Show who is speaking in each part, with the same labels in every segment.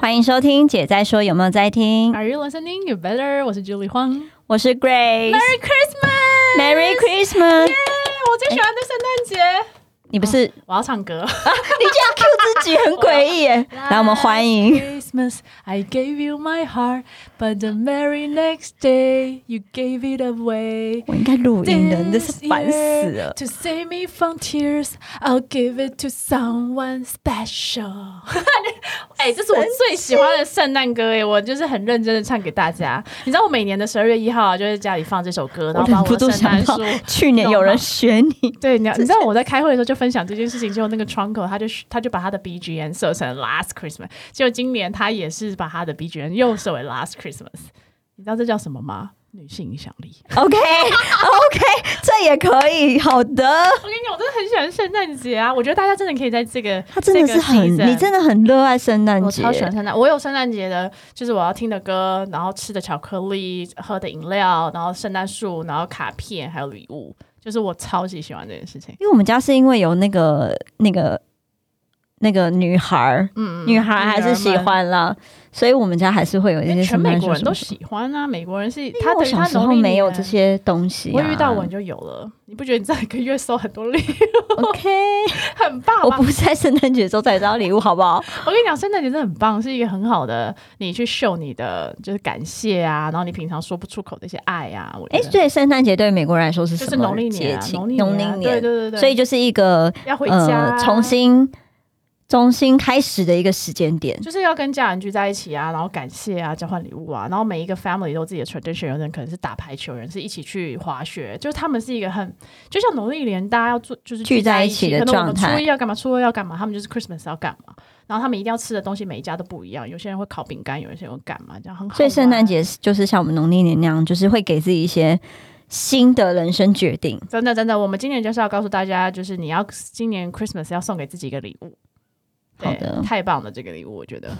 Speaker 1: 欢迎收听《姐在说》，有没有在听？
Speaker 2: Are you listening? You better。我是 Julie Huang。
Speaker 1: 我是 Grace。
Speaker 2: Merry Christmas!
Speaker 1: Merry Christmas！
Speaker 2: 耶我最喜欢的圣诞节。
Speaker 1: 你 不是、
Speaker 2: 我要 唱歌。
Speaker 1: 你这样 Q 自己很诡异 耶。来，我们欢迎
Speaker 2: Christmas, I gave you my heart, but the very next day you gave it away.
Speaker 1: 我应该录音的，你真是烦死了
Speaker 2: This year,！To save me from tears, I'll give it to someone special. 哎、这是我最喜欢的圣诞歌哎，我就是很认真的唱给大家。你知道我每年的十二月一号啊，就在家里放这首歌，然后把
Speaker 1: 忍
Speaker 2: 我
Speaker 1: 不
Speaker 2: 的
Speaker 1: 住
Speaker 2: 圣
Speaker 1: 想
Speaker 2: 诞
Speaker 1: 到
Speaker 2: 树。
Speaker 1: 去年有人学你，
Speaker 2: 对， 你要你知道我在开会的时候就分享这件事情，结果那个窗口他就他就把他的 BGM 设成 Last Christmas，结果今年他也是把他的 BGM 又设为 Last Christmas。你知道这叫什么吗？女性影响力。
Speaker 1: OK OK，这也可以，好的。
Speaker 2: 我跟你讲，我真的很喜欢圣诞节啊！我觉得大家真的可以在这个，
Speaker 1: 他真的
Speaker 2: 这
Speaker 1: 是
Speaker 2: 个
Speaker 1: 很，
Speaker 2: season
Speaker 1: 你真的很热爱圣诞
Speaker 2: 我
Speaker 1: 节
Speaker 2: 超。喜欢圣诞，我有圣诞节的，就是我要听的歌，然后吃的巧克力，喝的饮料，然后圣诞树，然后卡片，还有礼物，就是我超级喜欢这件事情。
Speaker 1: 因为我们家是因为有那个那个那个女孩儿，
Speaker 2: 嗯，
Speaker 1: 女孩还是喜
Speaker 2: 女儿们
Speaker 1: 欢啦，所以我们家还是会有一
Speaker 2: 因
Speaker 1: 些
Speaker 2: 为全
Speaker 1: 圣诞
Speaker 2: 美
Speaker 1: 树
Speaker 2: 国人都
Speaker 1: 什么哎
Speaker 2: 喜欢啊，美国人是
Speaker 1: 的。因
Speaker 2: 他
Speaker 1: 为我
Speaker 2: 等于
Speaker 1: 小
Speaker 2: 他
Speaker 1: 时
Speaker 2: 农
Speaker 1: 候
Speaker 2: 历
Speaker 1: 没有
Speaker 2: 年
Speaker 1: 这。些东西、啊，
Speaker 2: 我遇到我你就有了，你不觉得你这样一个月收很多礼，
Speaker 1: OK，
Speaker 2: 很棒
Speaker 1: 我
Speaker 2: 吗？
Speaker 1: 不是在圣诞节的时候才收到礼物，好不好？
Speaker 2: 我跟你讲，圣诞节真的很棒，是一个很好的你去秀你的就是感谢啊，然后你平常说不出口的一些爱啊。我觉
Speaker 1: 哎、
Speaker 2: 得
Speaker 1: 所以圣诞节对美国人来说是
Speaker 2: 就
Speaker 1: 什
Speaker 2: 是
Speaker 1: 么
Speaker 2: 农历
Speaker 1: 节
Speaker 2: 年啊，
Speaker 1: 庆？
Speaker 2: 农历年啊，对对对对，
Speaker 1: 所以就是一个
Speaker 2: 要回家啊、
Speaker 1: 呃重新重新开始的一个时间点。
Speaker 2: 就是要跟家人聚在一起啊，然后感谢啊，交换礼物啊，然后每一个 family 都有自己的 tradition，有人可能是打排球，有人是一起去滑雪，就是他们是一个很就像农历年大家要做就是
Speaker 1: 聚在
Speaker 2: 在
Speaker 1: 一
Speaker 2: 一
Speaker 1: 起的
Speaker 2: 可能我
Speaker 1: 状
Speaker 2: 们
Speaker 1: 态
Speaker 2: 初一要干嘛，初二要干嘛，他们就是 Christmas 要干嘛，然后他们一定要吃的东西每一家都不一样，有些人会烤饼干，有些人会干嘛，这样很好玩。
Speaker 1: 所以圣诞节是就是像我们农历年那样，就是会给自己一些新的人生决定。
Speaker 2: 真的真的，我们今年就是要告诉大家，就是你要今年 Christmas 要送给自己一个礼物。对
Speaker 1: 好的
Speaker 2: 太棒了，这个礼物我觉得。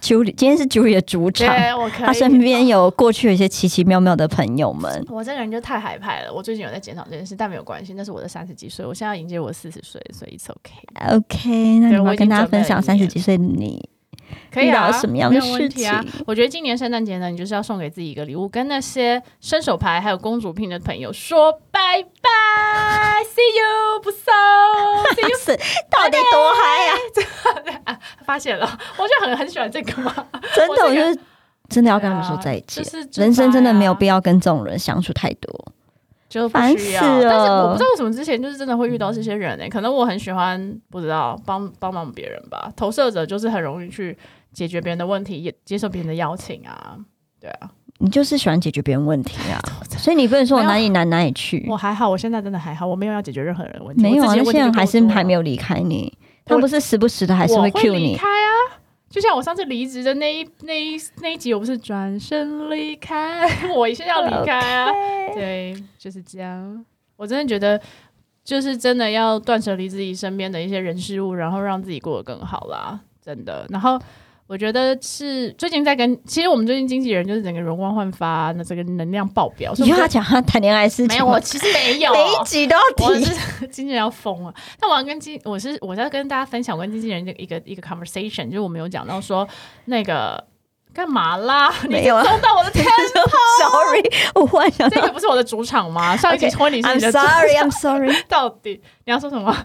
Speaker 1: Julie，今天是 Julie 的主场，
Speaker 2: 对，我可以。哦
Speaker 1: 她身边有过去有一些奇奇妙妙的朋友们。
Speaker 2: 我这个人就太海派了，我最近有在检讨这件事，但没有关系，那是我的三十几岁，我现在要迎接我四十岁，所以 it's okay，
Speaker 1: OK，那你要不
Speaker 2: 我
Speaker 1: 要
Speaker 2: 已
Speaker 1: 跟
Speaker 2: 经
Speaker 1: 大家
Speaker 2: 准备
Speaker 1: 分
Speaker 2: 了
Speaker 1: 享
Speaker 2: 一
Speaker 1: 三十
Speaker 2: 年
Speaker 1: 几岁的你
Speaker 2: 可以啊，
Speaker 1: 遇到什么样的
Speaker 2: 没有问
Speaker 1: 事
Speaker 2: 题啊
Speaker 1: 情？
Speaker 2: 我觉得今年圣诞节呢，你就是要送给自己一个礼物，跟那些伸手牌还有公主病的朋友说拜拜，see you，不送，see you，
Speaker 1: 啊 是到底多嗨啊！
Speaker 2: 发现了，我就很很喜欢这个嘛，
Speaker 1: 真的，我
Speaker 2: 我这个
Speaker 1: 觉得真的要跟他们说再见。
Speaker 2: 对啊就是
Speaker 1: 人生真的没有必
Speaker 2: 要，
Speaker 1: 要跟这种人相处太多。
Speaker 2: 就不
Speaker 1: 烦
Speaker 2: 需要。
Speaker 1: 死
Speaker 2: 但是
Speaker 1: 了
Speaker 2: 我不知道为什么之前就是真的会遇到这些人呢、欸可能我很喜欢不知道帮帮忙别人吧，投射者就是很容易去解决别人的问题，也接受别人的邀请啊，
Speaker 1: 嗯
Speaker 2: 对啊。
Speaker 1: 你就是喜欢解决别人问题 啊，所以你不能说我
Speaker 2: 没有
Speaker 1: 哪里难哪里去
Speaker 2: 我。还好，我现在真的还好，我没有要解决任何人的问题，
Speaker 1: 没有
Speaker 2: 我
Speaker 1: 啊，
Speaker 2: 自己
Speaker 1: 那些
Speaker 2: 的问题
Speaker 1: 人
Speaker 2: 就
Speaker 1: 还是
Speaker 2: 够多了
Speaker 1: 还没有离开你，
Speaker 2: 我
Speaker 1: 他不是时不时的还是
Speaker 2: 我
Speaker 1: 会
Speaker 2: 会
Speaker 1: cue
Speaker 2: 离
Speaker 1: 你。
Speaker 2: 开啊。就像我上次离职的那一那一那一集，我不是转身离开， 我一下要离开 啊。对，就是这样。我真的觉得，就是真的要断舍离自己身边的一些人事物，然后让自己过得更好啦，真的。然后我觉得是最近在跟，其实我们最近经纪人就是整个容光焕发、那这个能量爆表。
Speaker 1: 你
Speaker 2: 所以
Speaker 1: 就
Speaker 2: 我
Speaker 1: 要
Speaker 2: 们
Speaker 1: 讲他谈恋爱的事
Speaker 2: 没
Speaker 1: 情
Speaker 2: 有，
Speaker 1: 吗，
Speaker 2: 我其实没有，啊
Speaker 1: 每一集都要
Speaker 2: 我
Speaker 1: 提。
Speaker 2: 是 经纪人要疯了。那我要跟经，我是我是要跟大家分享我跟经纪人的一个一个 conversation，就是我们有讲到说那个干嘛啦？
Speaker 1: 没有啊
Speaker 2: 你冲到我的天，
Speaker 1: Sorry，我 忽然想
Speaker 2: 这
Speaker 1: 到
Speaker 2: 个不是我的主场吗？上一集
Speaker 1: Okay，
Speaker 2: 婚礼是
Speaker 1: ，I'm
Speaker 2: 你的主场
Speaker 1: sorry，I'm sorry。
Speaker 2: 到底你要说什么？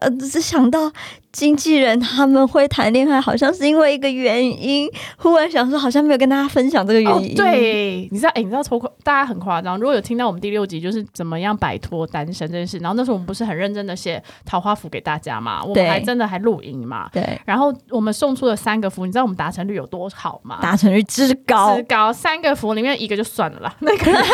Speaker 1: 呃，只想到经纪人他们会谈恋爱，好像是因为一个原因。忽然想说，好像没有跟大家分享这个
Speaker 2: 哦
Speaker 1: 原因。，，
Speaker 2: 对，你知道，哎、你知道超夸，大家很夸张。如果有听到我们第六集，就是怎么样摆脱单身这件事，然后那时候我们不是很认真的写桃花符给大家嘛，我
Speaker 1: 对
Speaker 2: 们还真的还录影嘛。
Speaker 1: 对，
Speaker 2: 然后我们送出了三个符，你知道我们达成率有多好吗？
Speaker 1: 达成率之高
Speaker 2: 只。搞三个符里面一个就算 了啦，那个人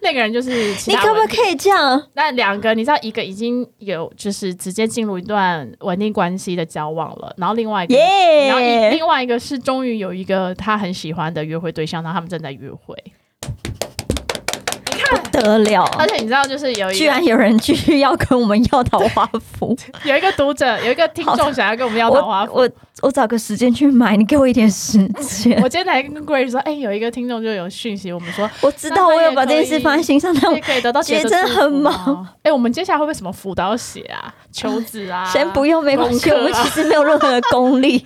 Speaker 2: 那个人就是其
Speaker 1: 你
Speaker 2: 他
Speaker 1: 可不
Speaker 2: 问题
Speaker 1: 可以这样？
Speaker 2: 那两个你知道一个已经有就是直接进入一段稳定关系的交往了，然后另外一个然后一
Speaker 1: 耶、
Speaker 2: 另外一个是终于有一个他很喜欢的约会对象，然后他们正在约会。
Speaker 1: 不得得了？
Speaker 2: 而且你知道，就是有一
Speaker 1: 哦居
Speaker 2: 个
Speaker 1: 然有人继续要跟我们要桃花 符，
Speaker 2: 有一个 读者，有一个听众想要跟我们要
Speaker 1: 我
Speaker 2: 桃花符。
Speaker 1: 我我找个时间去买，你给我一点时间。
Speaker 2: 我今天才跟 Grace 说，哎、有一个听众就有讯息我们说，
Speaker 1: 我知道我有把这件事放在心上，但
Speaker 2: 这
Speaker 1: 我
Speaker 2: 也可以得到别
Speaker 1: 觉得
Speaker 2: 的
Speaker 1: 真的很忙
Speaker 2: 祝福吗。哎、我们接下来会不会什么辅导写啊、求子啊？
Speaker 1: 先不用，没关系，
Speaker 2: 功课啊
Speaker 1: 我们其实没有任何的功力，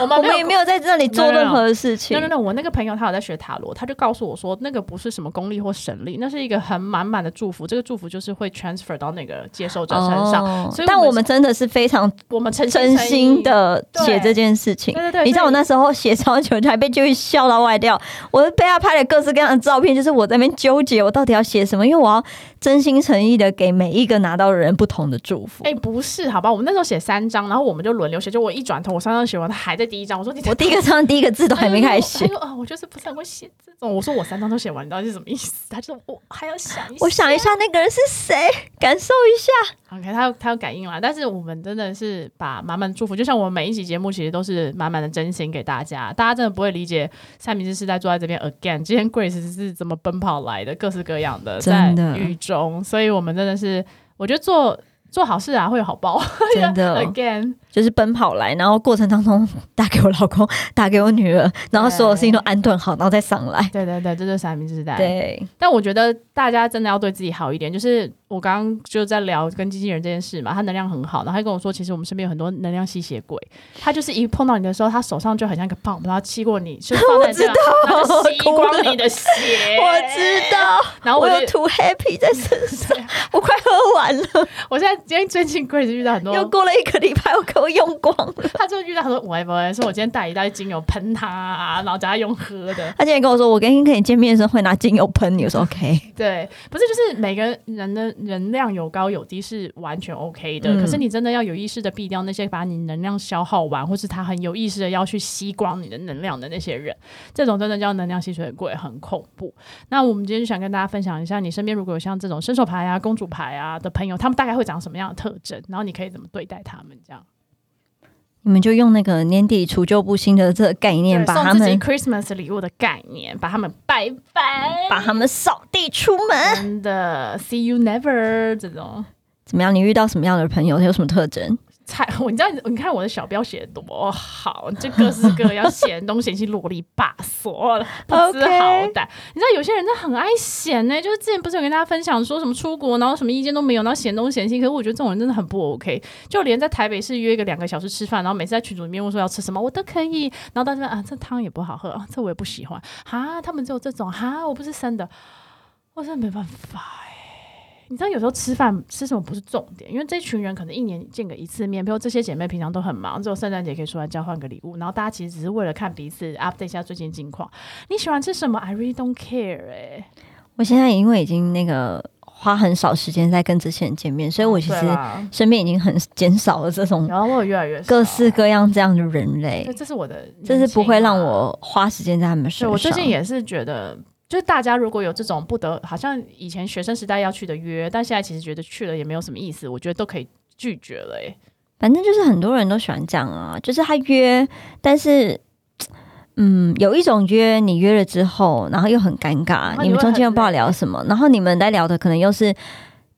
Speaker 2: 我们
Speaker 1: 我
Speaker 2: 没
Speaker 1: 们也
Speaker 2: 有
Speaker 1: 没有在这里做任何的事情
Speaker 2: no no。no，我那个朋友他有在学塔罗，他就告诉我说，那个不是什么功力或神力，那是一个很满满的祝福，这个祝福就是会 transfer 到那个接受者身上。
Speaker 1: 哦
Speaker 2: 所以
Speaker 1: 但我
Speaker 2: 我们
Speaker 1: 们真的是非常
Speaker 2: 我们诚
Speaker 1: 真
Speaker 2: 诚
Speaker 1: 心，的写
Speaker 2: 对
Speaker 1: 这件事情
Speaker 2: 对。对对，
Speaker 1: 你知道我
Speaker 2: 所以
Speaker 1: 那时候写超久，还被就是笑到外掉。我被他拍了各式各样的照片，就是我在那边纠结我到底要写什么，因为我要真心诚意的给每一个拿到的人不同的祝福。
Speaker 2: 哎、不是，好吧，我们那时候写三张，然后我们就轮流写，就我一转头，我三张写完，他还在第一张，我说你
Speaker 1: 我第一 个章第一个字都还没开始
Speaker 2: 他，就说啊、我就是不是很会写这种。我说我三张都写完，你到底是什么意思？他就说我还要想一下。
Speaker 1: 我想一下那个人是谁，感受一下。
Speaker 2: OK，他有他有感应啦，但是我们真的是把满满的祝福，就像我们每一集节目其实都是满满的真心给大家，大家真的不会理解三明治是在坐在这边 again，今天 Grace 是怎么奔跑来的，各式各样的在
Speaker 1: 真的
Speaker 2: 雨中，所以我们真的是，我觉得做做好事啊会有好报，
Speaker 1: 真
Speaker 2: 哎
Speaker 1: 的
Speaker 2: again，
Speaker 1: 就是奔跑来，然后过程当中打给我老公，打给我女儿，然后所有事情都安顿好，然后再上来。
Speaker 2: 对对对，这就是三明治时代。
Speaker 1: 对，
Speaker 2: 但我觉得大家真的要对自己好一点。就是我刚刚就在聊跟经纪人这件事嘛，他能量很好，然后他跟我说，其实我们身边有很多能量吸血鬼，他就是一碰到你的时候，他手上就很像一个棒，然后吸过你，就放在这样，然后就吸光你的血。
Speaker 1: 哎我知，道，
Speaker 2: 然后
Speaker 1: 我
Speaker 2: 我
Speaker 1: 有
Speaker 2: 就，
Speaker 1: 涂 happy 在身上，
Speaker 2: 对
Speaker 1: 我快喝完 了，
Speaker 2: 我现在今天最近 Grace 遇到很多，
Speaker 1: 又过了一个礼拜，我给我用光了。
Speaker 2: 他就遇到很多 w h a 说我今天带一袋精油喷他、啊，然后叫他用喝的。
Speaker 1: 他今天跟我说，我跟你跟你见面的时候会拿精油喷你，我说 OK，
Speaker 2: 对，不是就是每个人的能量有高有低是完全 OK 的，
Speaker 1: 嗯
Speaker 2: 可是你真的要有意识的避掉那些把你能量消耗完，或是他很有意识的要去吸光你的能量的那些人，这种真的叫能量吸血鬼，很恐怖。那我们今天就想跟大家分享一下，你身边如果有像这种伸手牌啊、公主牌啊的朋友，他们大概会长什么样的特征，然后你可以怎么对待他们，这样
Speaker 1: 你们就用那个年底除旧布新的这个概念，
Speaker 2: 对
Speaker 1: 把
Speaker 2: 送
Speaker 1: 他
Speaker 2: 自己
Speaker 1: 们
Speaker 2: Christmas 礼物的概念，把他们拜拜，
Speaker 1: 把他们扫地出门。
Speaker 2: 真的 see you never 这种。
Speaker 1: 怎么样？你遇到什么样的朋友？有什么特征？
Speaker 2: 才 我你知道你看我的小标写的多好，就各式各样，显东显西， 啰里吧嗦，不知
Speaker 1: OK
Speaker 2: 好歹。你知道有些人真的很爱显呢、就是之前不是有跟大家分享说什么出国，然后什么意见都没有，然后显东显西。可是我觉得这种人真的很不 OK，就连在台北市约一个两个小时吃饭，然后每次在群组里面问说要吃什么，我都可以。然后到这边啊，这汤也不好喝啊，这我也不喜欢哈，他们只有这种哈，我不是生的，我真的没办法哎、你知道有时候吃饭吃什么不是重点，因为这群人可能一年见个一次面，比如这些姐妹平常都很忙，只有圣诞节可以出来交换个礼物，然后大家其实只是为了看彼此 update 一下最近近况。你喜欢吃什么？I really don't care 哎、
Speaker 1: 我现在因为已经那个花很少时间在跟这些人见面，所以我其
Speaker 2: 对
Speaker 1: 实
Speaker 2: 啦
Speaker 1: 身边已经很减少了这种
Speaker 2: 然后我也越来越少
Speaker 1: 各式，各样这样的人类
Speaker 2: 对，，这是我的，
Speaker 1: 这是不会让。我花时间在他们身
Speaker 2: 对，
Speaker 1: 上。
Speaker 2: 我最近也是觉得，就是大家如果有这种不得，好像以前学生时代要去的约，但现在其实觉得去了也没有什么意思，我觉得都可以拒绝了、欸。
Speaker 1: 反正就是很多人都喜欢这样啊，就是他约，但是。嗯，有一种约，你约了之后，然后又很尴
Speaker 2: 然
Speaker 1: 尬，你
Speaker 2: 后啊你
Speaker 1: 们
Speaker 2: 会
Speaker 1: 中间又
Speaker 2: 很
Speaker 1: 不知道
Speaker 2: 累
Speaker 1: 聊什么，然后你们在聊的可能又是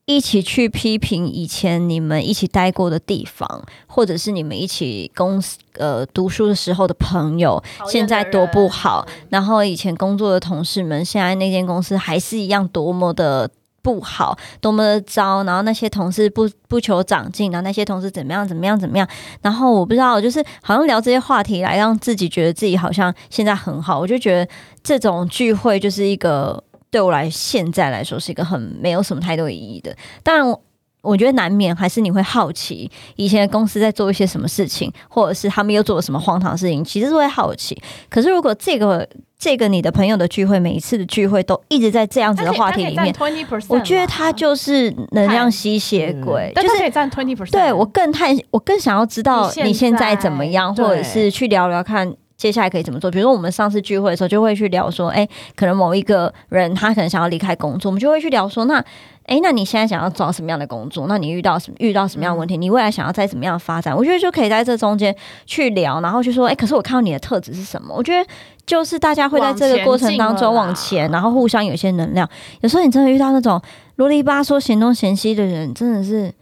Speaker 1: 一起去批评以前你们一起待过的地方，或者是你们一起公司呃读书的时候的朋友，现在多不好，然后以前工作的同事们，现在那间公司还是一样多么的不好，多么的糟。然后那些同事不不求长进，然后那些同事怎么样怎么样怎么样。然后我不知道，就是好像聊这些话题来让自己觉得自己好像现在很好。我就觉得这种聚会就是一个对我来现在来说是一个很没有什么太多意义的。当然我。我觉得难免还是你会好奇以前的公司在做一些什么事情，或者是他们又做了什么荒唐的事情，其实是会好奇。可是如果这个这个你的朋友的聚会，每一次的聚会都一直在这样子的话题里面，
Speaker 2: 20%嘛，
Speaker 1: 我觉得他就是能量吸血鬼，
Speaker 2: 嗯但
Speaker 1: 就
Speaker 2: 他
Speaker 1: 是
Speaker 2: 可以占啊 twenty percent。
Speaker 1: 对我更太我更想要知道
Speaker 2: 你现在
Speaker 1: 你现在怎么样，
Speaker 2: 对
Speaker 1: 或者是去聊聊看接下来可以怎么做。比如说我们上次聚会的时候，就会去聊说，哎、可能某一个人他可能想要离开工作，我们就会去聊说，那，哎、那你现在想要找什么样的工作？那你遇到什么遇到什么样的问题？
Speaker 2: 嗯
Speaker 1: 你未来想要在怎么样的发展？我觉得就可以在这中间去聊，然后去说，哎、可是我看到你的特质是什么？我觉得就是大家会在这个过程当中
Speaker 2: 往前进了
Speaker 1: 往前，
Speaker 2: 啦
Speaker 1: 然后互相有一些能量。有时候你真的遇到那种啰里吧嗦、嫌东嫌西的人，真的是。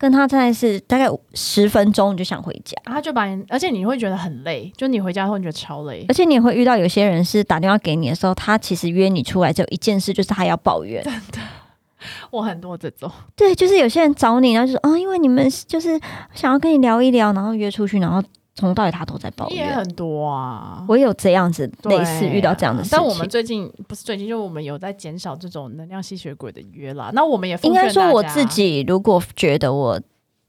Speaker 1: 跟他在是大概十分钟你就想回家，
Speaker 2: 然后就把你，而且你会觉得很累，就你回家后你觉得超累
Speaker 1: 而，且你也会遇到有些人是打电话给你的时候，他其实约你出来只有一件事，就是他要抱怨。
Speaker 2: 我很多这种，
Speaker 1: 对，就是有些人找你，然后就说啊、因为你们就是想要跟你聊一聊，然后约出去，然后从头到尾他都在抱
Speaker 2: 你也
Speaker 1: 怨。
Speaker 2: 很多啊。
Speaker 1: 哦我也有这样子类似
Speaker 2: 对
Speaker 1: 遇到这样的事情，
Speaker 2: 但我们最近不是最近，就我们有在减少这种能量吸血鬼的约啦。那我们也奉
Speaker 1: 应该
Speaker 2: 劝大
Speaker 1: 说
Speaker 2: 家
Speaker 1: 我自己如果觉得我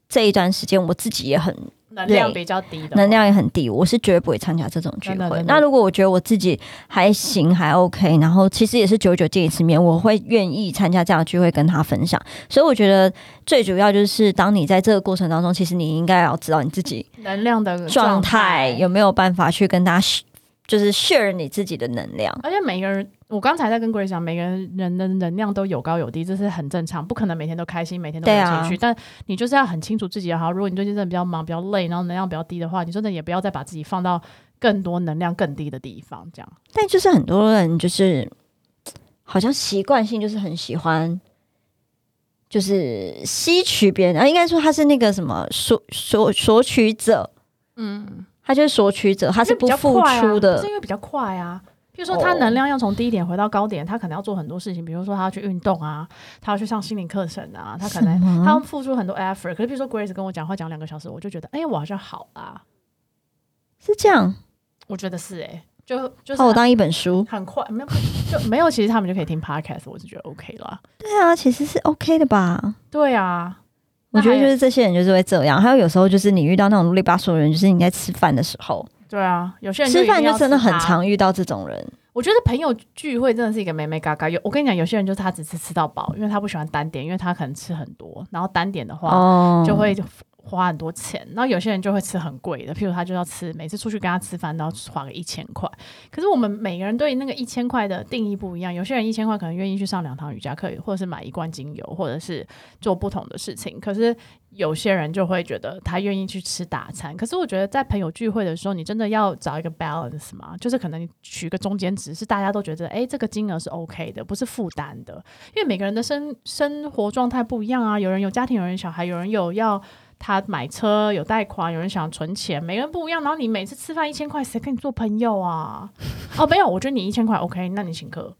Speaker 1: 这一段时间我自己也很
Speaker 2: 能量
Speaker 1: 累
Speaker 2: 比较低的哦话
Speaker 1: 能量也很低，我是绝对不会参加这种聚
Speaker 2: 真的
Speaker 1: 会
Speaker 2: 真。的
Speaker 1: 那如果我觉得我自己还行还 OK，然后其实也是久久见一次面，我会愿意参加这样的聚会跟他分享。所以我觉得最主要就是，当你在这个过程当中，其实你应该要知道你自己
Speaker 2: 能量的
Speaker 1: 状态
Speaker 2: 态
Speaker 1: 有没有办法去跟大家 sh- 就是 share 你自己的能量。
Speaker 2: 而且每个人，我刚才在跟鬼讲，每个人人的能量都有高有低，这是很正常，不可能每天都开心，每天都
Speaker 1: 对
Speaker 2: 有
Speaker 1: 啊
Speaker 2: 情绪。但你就是要很清楚自己好。如果你最近真的比较忙、比较累，然后能量比较低的话，你真的也不要再把自己放到更多能量更低的地方。这样，
Speaker 1: 但就是很多人就是好像习惯性就是很喜欢，就是吸取别人，啊，应该说他是那个什么索索索取者，
Speaker 2: 嗯，
Speaker 1: 他就是索取者，他
Speaker 2: 它
Speaker 1: 是不付出的
Speaker 2: 啊是。因为比较快啊。比如说，他能量要从低点回到高点，他可能要做很多事情，比如说他要去运动啊，他要去上心理课程啊，他可能
Speaker 1: 什么
Speaker 2: 他要付出很多 effort。可是，比如说 Grace 跟我讲话讲两个小时，我就觉得，哎、我好像好啦，
Speaker 1: 是这样，
Speaker 2: 我觉得是哎、就就是
Speaker 1: 把我当一本书。
Speaker 2: 很快，没有就没有，其实他们就可以听 podcast，我是觉得 OK 啦。
Speaker 1: 对啊，其实是 OK 的吧？
Speaker 2: 对啊，
Speaker 1: 我
Speaker 2: 那
Speaker 1: 觉得
Speaker 2: 还
Speaker 1: 就是这些人就是会这样，还有有时候就是你遇到那种啰里吧嗦的人，就是你在吃饭的时候，
Speaker 2: 对啊，有些人
Speaker 1: 吃
Speaker 2: 一定
Speaker 1: 饭就
Speaker 2: 要
Speaker 1: 真的很
Speaker 2: 吃它。
Speaker 1: 常遇到这种人。
Speaker 2: 我觉得朋友聚会真的是一个美美嘎嘎。有我跟你讲，有些人就是他只是吃到饱，因为他不喜欢单点，因为他可能吃很多，然后单点的话
Speaker 1: 哦
Speaker 2: 就会花很多钱。然后有些人就会吃很贵的，譬如他就要吃每次出去跟他吃饭，然后花个一千块。可是我们每个人对那个一千块的定义不一样，有些人一千块可能愿意去上两堂瑜伽课，或者是买一罐精油，或者是做不同的事情。可是有些人就会觉得他愿意去吃大餐。可是我觉得在朋友聚会的时候，你真的要找一个 balance 嘛，就是可能你取个中间值，是大家都觉得诶这个金额是 OK 的，不是负担的。因为每个人的生生活状态不一样啊，有人有家庭，有人有小孩，有人有要。他买车有贷款，有人想存钱，每个人不一样。然后你每次吃饭一千块，谁跟你做朋友啊？ 哦，没有，我觉得你一千块 OK，那你请客。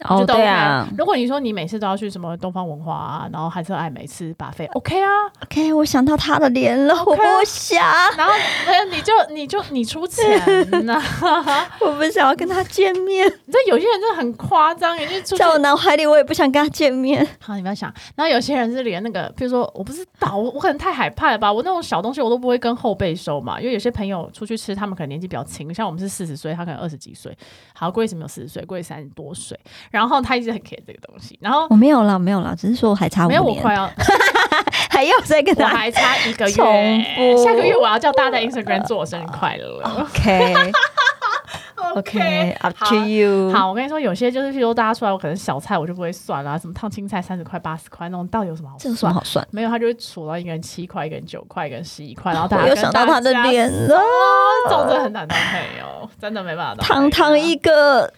Speaker 1: 哦，
Speaker 2: 就都
Speaker 1: 对
Speaker 2: OK
Speaker 1: 啊。
Speaker 2: 如果你说你每次都要去什么东方文化啊，然后还是爱美吃把费 OK 啊，
Speaker 1: OK，我想到他的脸了我
Speaker 2: OK 啊
Speaker 1: 不想。
Speaker 2: 然后 呃你就你就你出钱呐、
Speaker 1: 我不想要跟他见面，
Speaker 2: 你知道有些人真的很夸张，有些出 去
Speaker 1: 在我脑海里我也不想跟他见面。
Speaker 2: 好，你不要想。然后有些人是连那个，比如说我不知道，我我可能太害怕了吧，我那种小东西我都不会跟后辈收嘛，因为有些朋友出去吃，他们可能年纪比较轻，像我们是四十岁，他可能二十几岁，好贵什么有四十岁，贵三十多岁，然后他一直很 care 这个东西，然后
Speaker 1: 我哦没有啦，没有啦，只是说我还差五
Speaker 2: 没
Speaker 1: 年，
Speaker 2: 有我 快要
Speaker 1: 还要再跟
Speaker 2: 我
Speaker 1: 他。
Speaker 2: 还差一个月，
Speaker 1: 重复
Speaker 2: 下个月我要叫大家在 Instagram 祝我生日 快乐。
Speaker 1: OK OK，up Oh, to you。，
Speaker 2: 好，我跟你说，有些就是，譬如说大家出来，我可能小菜我就不会算啦、什么烫青菜三十块、八十块那种，到底有什么好
Speaker 1: 这有什么
Speaker 2: 算？
Speaker 1: 好算？
Speaker 2: 没有，他就会数到一个人七块，一个人九块，一个人十一块，然后大家
Speaker 1: 我又想到他的脸了，
Speaker 2: 总之很难当朋友，真的没办法 当朋
Speaker 1: 堂
Speaker 2: 友
Speaker 1: 堂一，个。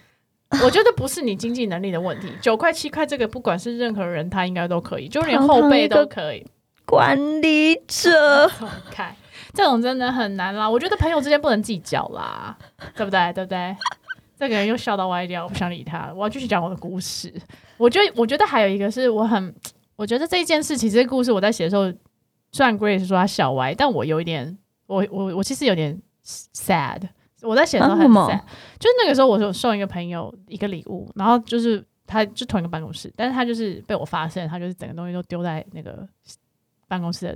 Speaker 2: 我觉得不是你经济能力的问题，九块七块这个不管是任何人，他应该都可以，就连
Speaker 1: 堂
Speaker 2: 后
Speaker 1: 堂
Speaker 2: 辈
Speaker 1: 一个
Speaker 2: 都可以。
Speaker 1: 管理者，
Speaker 2: 走开，这种真的很难啦。我觉得朋友之间不能计较啦，对不对？对 不对？这个人又笑到歪掉，我不想理他了。我要继续讲我的故事。我觉得，我觉得还有一个是我很，我觉得这件事情，这个故事我在写的时候，虽然 Grace 说他笑歪，但我有一点，我我我其实有点 sad。我在写的时候
Speaker 1: 啊
Speaker 2: 很
Speaker 1: 为什么
Speaker 2: sad，、就是那个时候我有送一个朋友一个礼物，然后就是他就同一个办公室，但是他就是被我发现，他就是整个东西都丢在那个办公室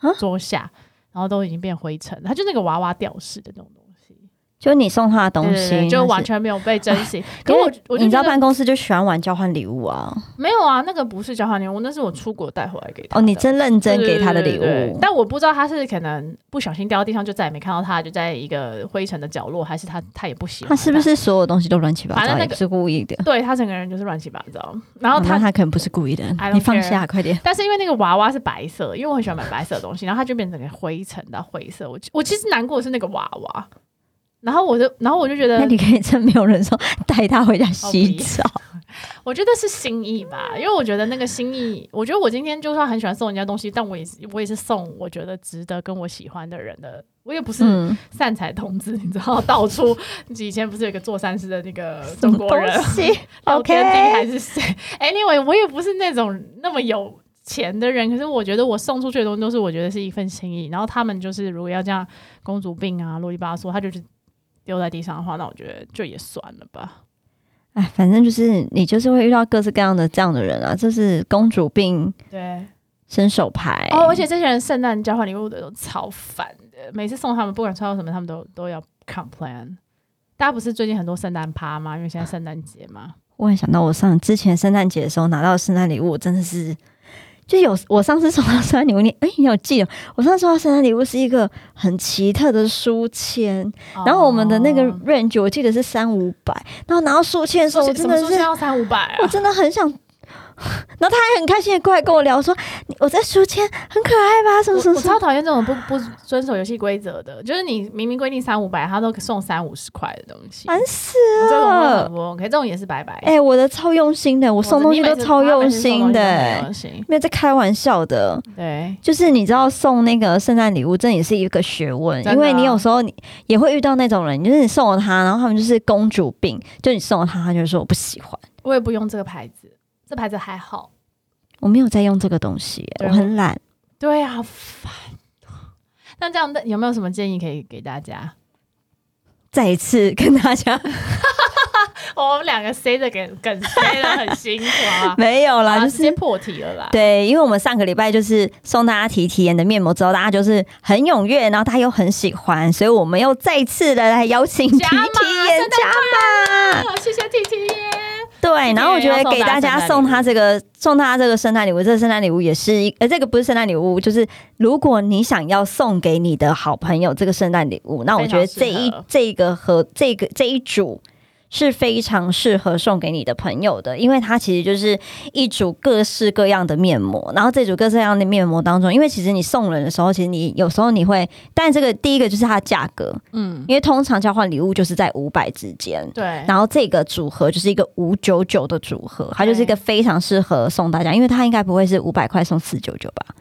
Speaker 2: 的桌下，然后都已经变灰尘，它就那个娃娃吊饰的那种东西。
Speaker 1: 就是你送他的
Speaker 2: 对
Speaker 1: 东
Speaker 2: 对对
Speaker 1: 西，
Speaker 2: 就
Speaker 1: 那是
Speaker 2: 完全没有被珍 惜。
Speaker 1: 因
Speaker 2: 可是
Speaker 1: 为
Speaker 2: 我我就
Speaker 1: 你知道
Speaker 2: 觉得
Speaker 1: 办公室就喜欢玩交换礼物啊。
Speaker 2: 没有啊，那个不是交换礼物，那是我出国带回来给他
Speaker 1: 哦，你
Speaker 2: 的
Speaker 1: 真认真给
Speaker 2: 对
Speaker 1: 他的礼
Speaker 2: 对对对
Speaker 1: 物，
Speaker 2: 但我不知道他是可能不小心掉到地上，就再也没看到他，就在一个灰尘的角落，还是他他也不喜欢
Speaker 1: 他是不？是所有东西都乱七八
Speaker 2: 反
Speaker 1: 糟，
Speaker 2: 正那
Speaker 1: 也
Speaker 2: 个
Speaker 1: 不是故意的？
Speaker 2: 对他整个人就是乱七八糟。然后
Speaker 1: 哦
Speaker 2: 他，
Speaker 1: 那他可能不是故意的
Speaker 2: I，don't
Speaker 1: 你放
Speaker 2: care
Speaker 1: 下，快点。
Speaker 2: 但是因为那个娃娃是白色，因为我很喜欢买白色的东西，然后他就变成个灰尘的灰色。我我其实难过的是那个娃娃，然后我就然后我就觉
Speaker 1: 那
Speaker 2: 得，
Speaker 1: 你可以趁没有人的时候 带他回家洗
Speaker 2: 不
Speaker 1: 澡。
Speaker 2: 我觉得是心意吧，因为我觉得那个心意，我觉得我今天就算很喜欢送人家东西，但我也是我也是送我觉得值得跟我喜欢的人的，我也不是。
Speaker 1: 嗯，
Speaker 2: 善财童子，你知道，到处以前不是有一个做善事的那个
Speaker 1: 什
Speaker 2: 中
Speaker 1: 么
Speaker 2: 国人
Speaker 1: 嗯 东，西
Speaker 2: 老天帝还
Speaker 1: ？OK，
Speaker 2: 是谁？Anyway，我也不是那种那么有钱的人，可是我觉得我送出去的东西都是我觉得是一份心意。然后他们就是如果要这样公主病啊、啰里吧嗦，他就是丢在地上的话，那我觉得就也算了吧。
Speaker 1: 哎，反正就是你就是会遇到各式各样的这样的人啊，就是公主病、
Speaker 2: 对，
Speaker 1: 伸手牌。
Speaker 2: 哎哦，而且这些人圣诞交换礼物的都超烦的，每次送他们不管抽到什么，他们都都要 complain。大家不是最近很多圣诞趴吗？因为现在圣诞节嘛。
Speaker 1: 我也想到我上之前圣诞节的时候拿到的圣诞礼物，我真的是就有我上次收到圣诞礼物，你哎，你有记得？我上次收到圣诞礼物是一个很奇特的书签，然后我们的那个
Speaker 2: 哦
Speaker 1: range 我记得是三五百，然后拿到书签的时
Speaker 2: 说
Speaker 1: 候，我真
Speaker 2: 什
Speaker 1: 的
Speaker 2: 么
Speaker 1: 是
Speaker 2: 时候要三五百啊？
Speaker 1: 我真的很想。 然后他还很开心的过来跟我聊说，你我在书签很可爱吧，什
Speaker 2: 我
Speaker 1: 么什么
Speaker 2: 我
Speaker 1: 什么
Speaker 2: 超。讨厌这种不不遵守游戏规则的，就是你明明规定三五百，他都送三五十块的东西，
Speaker 1: 烦死
Speaker 2: 我这种我
Speaker 1: 了
Speaker 2: 很！不 OK，这种也是白白。
Speaker 1: 哎、我的超用心的，我
Speaker 2: 我
Speaker 1: 送东西都超用心的、欸哎
Speaker 2: 用心。
Speaker 1: 没有在开玩笑的。
Speaker 2: 对，
Speaker 1: 就是你知道送那个圣诞礼物，这也是一个学问，
Speaker 2: 真的啊
Speaker 1: 因为你有时候你也会遇到那种人，就是你送了他，然后他们就是公主病，就你送了他，他就说我不喜欢，
Speaker 2: 我也不用这个牌子，这牌子还好。
Speaker 1: 我没有在用这个东西，欸
Speaker 2: 对
Speaker 1: 我很懒。
Speaker 2: 对啊，好烦。那这样的有没有什么建议可以给大家？
Speaker 1: 再一次跟大 家，
Speaker 2: 哦我们两个塞的梗梗塞的很辛苦啊
Speaker 1: 没有啦，
Speaker 2: 啊
Speaker 1: 就
Speaker 2: 直接
Speaker 1: 是。
Speaker 2: 破题了啦。
Speaker 1: 对，因为我们上个礼拜就是送大家提体验的面膜之后，大家就是很踊跃，然后大家又很喜欢，所以我们又再次的来邀请提体
Speaker 2: 加码
Speaker 1: 验
Speaker 2: 圣诞
Speaker 1: 加码。
Speaker 2: 啊谢谢 T T 耶，
Speaker 1: 对，然后我觉得给大家送他这
Speaker 2: 圣诞礼物
Speaker 1: 个送他这个圣诞礼物，这个圣诞礼物也是一呃，这个不是圣诞礼物，就是如果你想要送给你的好朋友这个圣诞礼物，那我觉得这
Speaker 2: 非常
Speaker 1: 一
Speaker 2: 适合
Speaker 1: 这个和这个这一组。是非常适合送给你的朋友的，因为它其实就是一组各式各样的面膜。然后这组各式各样的面膜当中，因为其实你送人的时候，其实你有时候你会，但这个第一个就是它的价格，
Speaker 2: 嗯，
Speaker 1: 因为通常交换礼物就是在五百之间。
Speaker 2: 对，
Speaker 1: 然后这个组合就是一个五九九的组合，它就是一个非常适合送大家，因为它应该不会是五百块送四九九吧？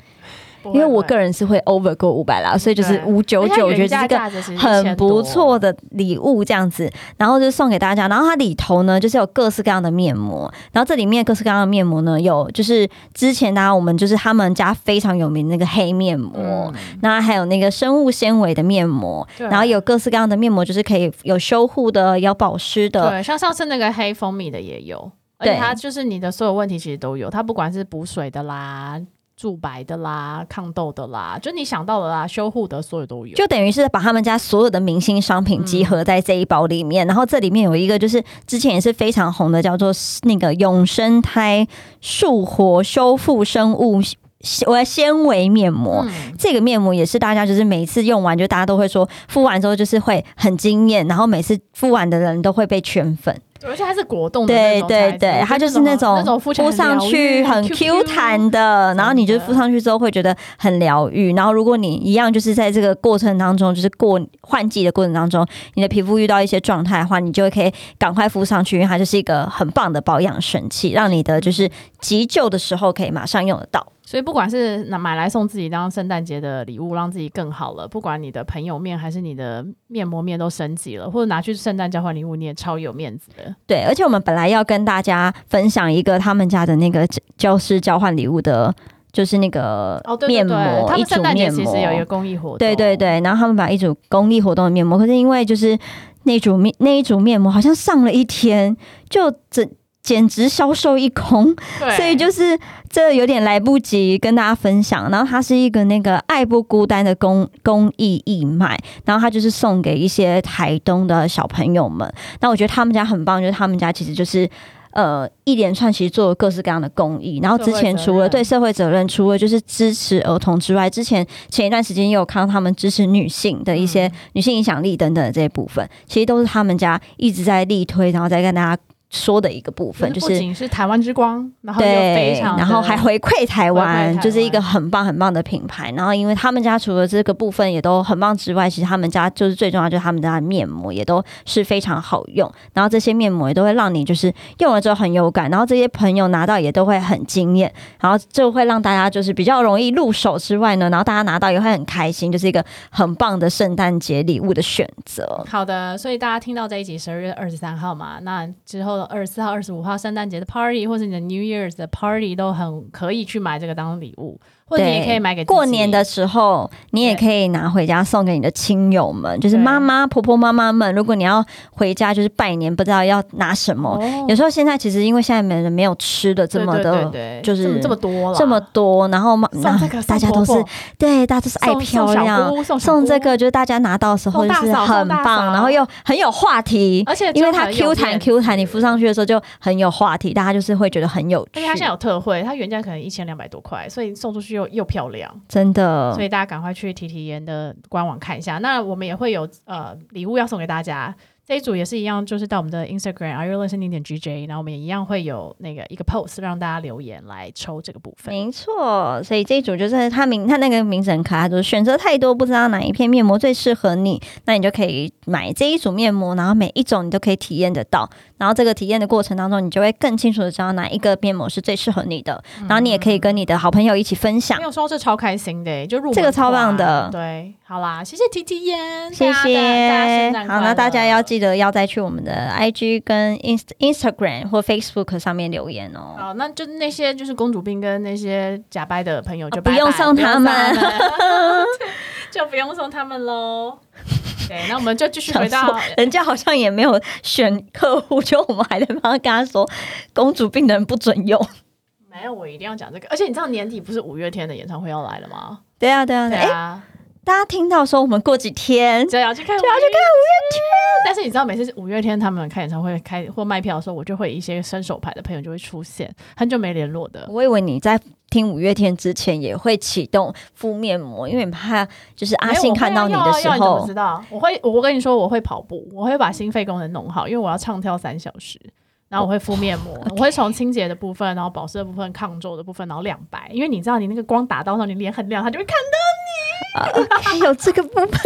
Speaker 2: 不会
Speaker 1: 因为我
Speaker 2: 不会嗯
Speaker 1: 个人是会 over 过五百啦，所以就是
Speaker 2: 对哎
Speaker 1: 五九九，我觉得是一个。
Speaker 2: 个
Speaker 1: 很不错的礼物，这样子，然后就送给大家。然后它里头呢，就是有各式各样的面膜。然后这里面各式各样的面膜呢，有就是之前大家我们就是他们家非常有名的那个黑面膜，那还有那个生物纤维的面膜，
Speaker 2: 嗯对啊
Speaker 1: 然后有各式各样的面膜，就是可以有修护的，有保湿的，
Speaker 2: 对，像上次那个黑蜂蜜的也有，而
Speaker 1: 对
Speaker 2: 且它就是你的所有问题其实都有，它不管是补水的啦、驻白的啦、抗痘的啦，就你想到的啦、修护的所有都有。
Speaker 1: 就等于是把他们家所有的明星商品集合在这一包里面，然后这里面有一个就是之前也是非常红的，叫做那个永生胎树活修复生物纤呃纤维面膜。
Speaker 2: 嗯，
Speaker 1: 这个面膜也是大家就是每一次用完，就大家都会说敷完之后就是会很惊艳，然后每次敷完的人都会被圈粉。
Speaker 2: 而且它是果冻的那
Speaker 1: 对
Speaker 2: 种材
Speaker 1: 对
Speaker 2: 质，
Speaker 1: 对，它就是那
Speaker 2: 那
Speaker 1: 种
Speaker 2: 那种敷起来
Speaker 1: 敷上去
Speaker 2: 很
Speaker 1: 很
Speaker 2: 疗愈
Speaker 1: Q 弹的，然后你就敷上去之后会觉得很疗愈。然后如果你一样就是在这个过程当中，就是过换季的过程当中，你的皮肤遇到一些状态的话，你就会可以赶快敷上去，因为它就是一个很棒的保养神器，让你的就是急救的时候可以马上用得到。
Speaker 2: 所以不管是拿买来送自己当圣诞节的礼物，让自己更好了，不管你的朋友面还是你的面膜面都升级了，或者拿去圣诞交换礼物，你也超有面子的。
Speaker 1: 对，而且我们本来要跟大家分享一个他们家的那个教教师交换礼物的。就是那个
Speaker 2: 哦，对对
Speaker 1: 面
Speaker 2: 对
Speaker 1: 膜，
Speaker 2: 他
Speaker 1: 一
Speaker 2: 们
Speaker 1: 组
Speaker 2: 圣诞节
Speaker 1: 面
Speaker 2: 其
Speaker 1: 膜
Speaker 2: 实有一个公益活动，
Speaker 1: 对对，对，然后他们把一组公益活动的面膜，可是因为就是那组面那一组面膜好像上了一天，就整简直销售一空。
Speaker 2: 对，
Speaker 1: 所以就是这有点来不及跟大家分享。然后它是一个那个爱不孤单的公公益义卖，然后它就是送给一些台东的小朋友们。那我觉得他们家很棒，就是他们家其实就是。呃，一连串其实做了各式各样的公益，然后之前除了
Speaker 2: 社会责任
Speaker 1: 对社会责任，除了就是支持儿童之外，之前前一段时间也有看到他们支持女性的一些女性影响力等等的这些部分，其实都是他们家一直在力推，然后再跟大家说的一个部分，
Speaker 2: 就
Speaker 1: 就是是
Speaker 2: 不仅是台湾之光，然后又非
Speaker 1: 对，
Speaker 2: 常的，
Speaker 1: 然后 还回馈台
Speaker 2: 回馈台
Speaker 1: 湾
Speaker 2: 湾，
Speaker 1: 就是一个很棒很棒的品牌。然后因为他们家除了这个部分也都很棒之外，其实他们家就是最重要就是他们家的面膜也都是非常好用，然后这些面膜也都会让你就是用了之后很有感，然后这些朋友拿到也都会很惊艳，然后就会让大家就是比较容易入手之外呢，然后大家拿到也会很开心，就是一个很棒的圣诞节礼物的选择。
Speaker 2: 好的，所以大家听到这一集十二月二十三号嘛，那之后二十四号、二十五号圣诞节的 party 或者你的 New Year's 的 party 都很可以去买这个当礼物，或者你也可以买给自己
Speaker 1: 过年的时候，你也可以拿回家送给你的亲友们，就是妈妈、婆婆、妈妈们。如果你要回家就是拜年，不知道要拿什么，
Speaker 2: 哦
Speaker 1: 有时候现在其实因为现在没人没有吃的这么的
Speaker 2: 对对对对
Speaker 1: 就是
Speaker 2: 这么这么多了，啊
Speaker 1: 这么多，然后妈，
Speaker 2: 送
Speaker 1: 然
Speaker 2: 这
Speaker 1: 后
Speaker 2: 个送
Speaker 1: 大家都是
Speaker 2: 婆婆
Speaker 1: 对，大家都是爱
Speaker 2: 送
Speaker 1: 漂
Speaker 2: 送小
Speaker 1: 亮。
Speaker 2: 姑送小
Speaker 1: 送
Speaker 2: 姑
Speaker 1: 这个就是大家拿到的时候
Speaker 2: 送
Speaker 1: 就
Speaker 2: 大
Speaker 1: 是
Speaker 2: 嫂
Speaker 1: 很
Speaker 2: 送大嫂
Speaker 1: 棒，然后又很有话题，
Speaker 2: 而且
Speaker 1: 因为
Speaker 2: 就
Speaker 1: 它
Speaker 2: 很有
Speaker 1: Q 弹
Speaker 2: 面子
Speaker 1: Q 弹，你敷上去的时候就很有话题，大家就是会觉得很有
Speaker 2: 而
Speaker 1: 趣
Speaker 2: 且它，现在有特惠，它原价可能一千两百多块，所以送出去又又漂亮，
Speaker 1: 真的
Speaker 2: 所。以大家赶快去提提研的官网看一下。那我们也会有呃礼物要送给大家，这一组也是一样，就是到我们的 Instagram Are You Listening 点 GJ，然后我们也一样会有那个一个 post 让大家留言来抽这个部分。
Speaker 1: 没错，所以这一组就是他名，他那个名字很可爱，就是选择太多，不知道哪一片面膜最适合你，那你就可以买这一组面膜，然后每一种你都可以体验得到，然后这个体验的过程当中，你就会更清楚的知道哪一个面膜是最适合你的，然后你也可以跟你的好朋友一起分享
Speaker 2: 没。有说这超开心的、就入门
Speaker 1: 这个超
Speaker 2: 款
Speaker 1: 棒的
Speaker 2: 对，好啦，谢谢提提研，
Speaker 1: 谢
Speaker 2: 大家大家
Speaker 1: 谢
Speaker 2: 圣，诞
Speaker 1: 好，
Speaker 2: 快
Speaker 1: 那大家
Speaker 2: 乐
Speaker 1: 要记得要再去我们的 IG 跟 Inst Instagram 或 Facebook 上面留言哦。
Speaker 2: 好，那就那些就是公主病跟那些假掰的朋友就
Speaker 1: 啊
Speaker 2: 拜拜
Speaker 1: 不用送他们，
Speaker 2: 不用送他们 就不用送他们喽。对，那我们就继续回
Speaker 1: 想
Speaker 2: 到
Speaker 1: 说。人家好像也没有选客户，就我们还在帮他跟他说，公主病的人不准用。
Speaker 2: 没有，我一定要讲这个。而且你知道年底不是五月天的演唱会要来了吗？
Speaker 1: 对啊，对啊，
Speaker 2: 对
Speaker 1: 对啊。哎、
Speaker 2: 啊，
Speaker 1: 大家听到说我们过几天，
Speaker 2: 就要去看，就要去看五月天。但是你知道，每次五月天他们开演唱会开或卖票的时候，我就会一些伸手牌的朋友就会出现，很久没联络的。
Speaker 1: 我以为你在听五月天之前也会启动敷面膜，因为你怕就是阿
Speaker 2: 哎
Speaker 1: 信看到你的时
Speaker 2: 没有啊我会要要要你怎么
Speaker 1: 候
Speaker 2: 知，道？我会，我跟你说，我会跑步，我会把心肺功能弄好，因为我要唱跳三小时。然后我会敷 面膜，我会从清洁的部分，然后保湿的部分、抗皱的部分，然后亮白，因为你知道你那个光打到上，你脸很亮，它就会看
Speaker 1: 还哎有这个部 分
Speaker 2: 到。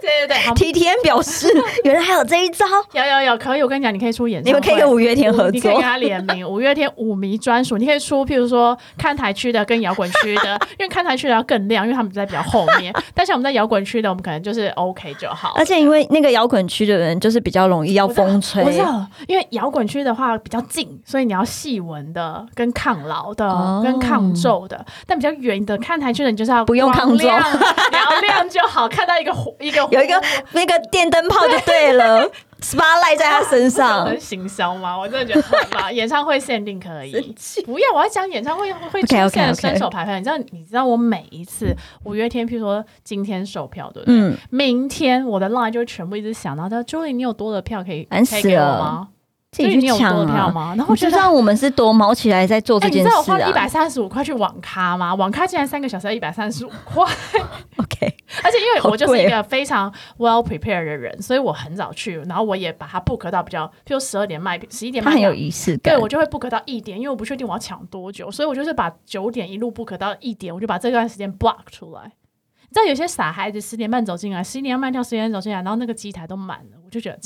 Speaker 2: 对 对对，好
Speaker 1: 提天表示，原来还有这一招，
Speaker 2: 有有有，可以，我跟你讲，你可以出演唱
Speaker 1: 你
Speaker 2: 会，
Speaker 1: 们可以跟五月天合
Speaker 2: 你可以跟
Speaker 1: 作。
Speaker 2: 他联名，五月天舞迷专属，你可以出，譬如说看台区的跟摇滚区的，因为看台区的要更亮，因为他们在比较后面，但是我们在摇滚区的，我们可能就是 OK 就好了。
Speaker 1: 而且因为那个摇滚区的人就是比较容易要风吹
Speaker 2: 我知道，因为摇滚区的话比较近，所以你要细纹的、跟抗老的、
Speaker 1: 哦
Speaker 2: 跟抗皱的，但比较远的看台区的你就是要
Speaker 1: 不用抗皱
Speaker 2: 光亮 你要亮就好，看到一个弧一个弧
Speaker 1: 有一个那个电灯泡就对 了，spotlight 在他身上
Speaker 2: 能。行销吗？我真的觉得 很棒，演唱会限定可以。不要，我要讲演唱会会出
Speaker 1: OK，OK，OK
Speaker 2: 现的伸手牌牌。你知道，你知道我每一次五月天，譬如说今天售票，对不对？
Speaker 1: 嗯，
Speaker 2: 明天我的 line 就会全部一直响，然后他说 Julie，你有多的票可以
Speaker 1: 烦
Speaker 2: 可以
Speaker 1: 死
Speaker 2: 给我
Speaker 1: 了
Speaker 2: 吗？
Speaker 1: 自己
Speaker 2: 你
Speaker 1: 去
Speaker 2: 有
Speaker 1: 抢
Speaker 2: 多的票
Speaker 1: 啊！
Speaker 2: 吗？然后
Speaker 1: 你
Speaker 2: 我
Speaker 1: 知
Speaker 2: 觉得
Speaker 1: 道我们是多毛起来在做这
Speaker 2: 哎，你
Speaker 1: 件
Speaker 2: 知道我
Speaker 1: 事
Speaker 2: 花一
Speaker 1: 啊
Speaker 2: 百三十五块去网咖吗？网咖竟然三个小时要一百三十五块，
Speaker 1: ？OK，
Speaker 2: 而且因为
Speaker 1: 好
Speaker 2: 我就是
Speaker 1: 贵
Speaker 2: 一
Speaker 1: 哦
Speaker 2: 个非常 well prepared 的人，所以我很早去，然后我也把它 book 到比较，譬如十二点卖，十一点
Speaker 1: 他
Speaker 2: 卖
Speaker 1: 很
Speaker 2: 票
Speaker 1: 有。仪式
Speaker 2: 对，
Speaker 1: 感。
Speaker 2: 我就会 book 到一点，因为我不确定我要抢多久，所以我就是把九点一路 book 到一点，我就把这段时间 block 出来。你知道有些傻孩子十点半走进来，十一点半卖掉，十点走进来，然后那个机台都满了，我就觉得，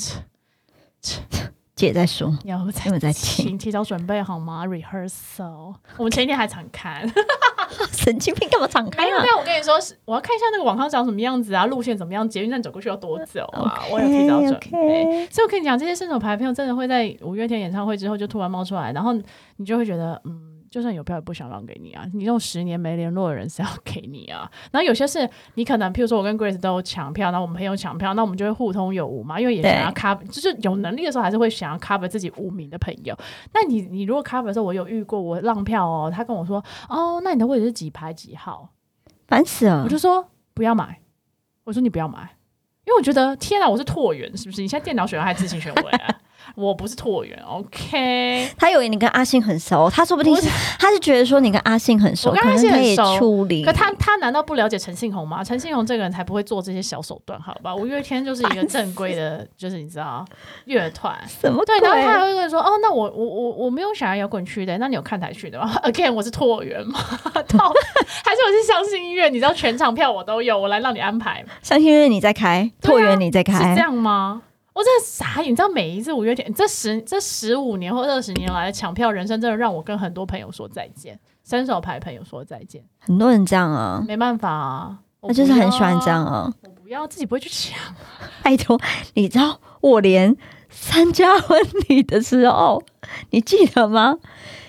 Speaker 2: 切
Speaker 1: 姐在说，
Speaker 2: 你要再
Speaker 1: 因为我在听，
Speaker 2: 请提早准备好吗？Rehearsal，我们前一天还常看。
Speaker 1: 神经病干嘛敞开
Speaker 2: 没有，
Speaker 1: 啊？
Speaker 2: 但哎我跟你说，是我要看一下那个网咖长什么样子啊，路线怎么样，捷运站走过去要多久啊我有提早准备。
Speaker 1: OK，OK
Speaker 2: 所以我跟你讲，这些伸手牌的朋友真的会在五月天演唱会之后就突然冒出来，然后你就会觉得，嗯，就算有票也不想让给你啊。你这种十年没联络的人是要给你啊。 然后有些是你可能，譬如说我跟 Grace 都有抢票，然后我们朋友抢票，那我们就会互通有无嘛，因为也想要 cover，就是有能力的时候还是会想要 cover 自己无名的朋友。那你你如果 cover 的时候，我有遇过我让票哦，他跟我说哦，那你的位置是几排几号？
Speaker 1: 烦死了
Speaker 2: 我！就说不要买，我说你不要买，因为我觉得天啊，我是拓员是不是？你现在电脑选完还是自行选位啊？我不是拓员，OK。
Speaker 1: 他以为你跟阿信很熟，他说不定是他是觉得说你跟阿信很熟，
Speaker 2: 我跟
Speaker 1: 可
Speaker 2: 阿
Speaker 1: 能
Speaker 2: 信
Speaker 1: 可
Speaker 2: 很
Speaker 1: 以
Speaker 2: 熟
Speaker 1: 处理。
Speaker 2: 可他他难道不了解陈信宏吗？陈信宏这个人才不会做这些小手段，好吧？五月天就是一个正规的，就是你知道乐团，
Speaker 1: 什么
Speaker 2: 对，
Speaker 1: 鬼
Speaker 2: 然后他还会跟你说：“哦，那我我我我没有想要摇滚区的，那你有看台区的吗 ？”Again，我是拓员嘛， 到还是我是相信音乐？你知道全场票我都有，我来让你安排嘛，
Speaker 1: 相信月你在开，
Speaker 2: 对啊
Speaker 1: 拓元你在
Speaker 2: 是
Speaker 1: 开
Speaker 2: 这，样吗？我真的傻眼，你知道每一次五月天，这十这十五年或二十年来的抢票人生，真的让我跟很多朋友说再见，伸手牌朋友说再见，
Speaker 1: 很多人这样啊，
Speaker 2: 没办法啊，我
Speaker 1: 他就是
Speaker 2: 不
Speaker 1: 很
Speaker 2: 要
Speaker 1: 喜欢
Speaker 2: 啊
Speaker 1: 这样啊。
Speaker 2: 我不要，自己不会去抢。
Speaker 1: 拜托，你知道我连参加婚礼的时候，你记得吗？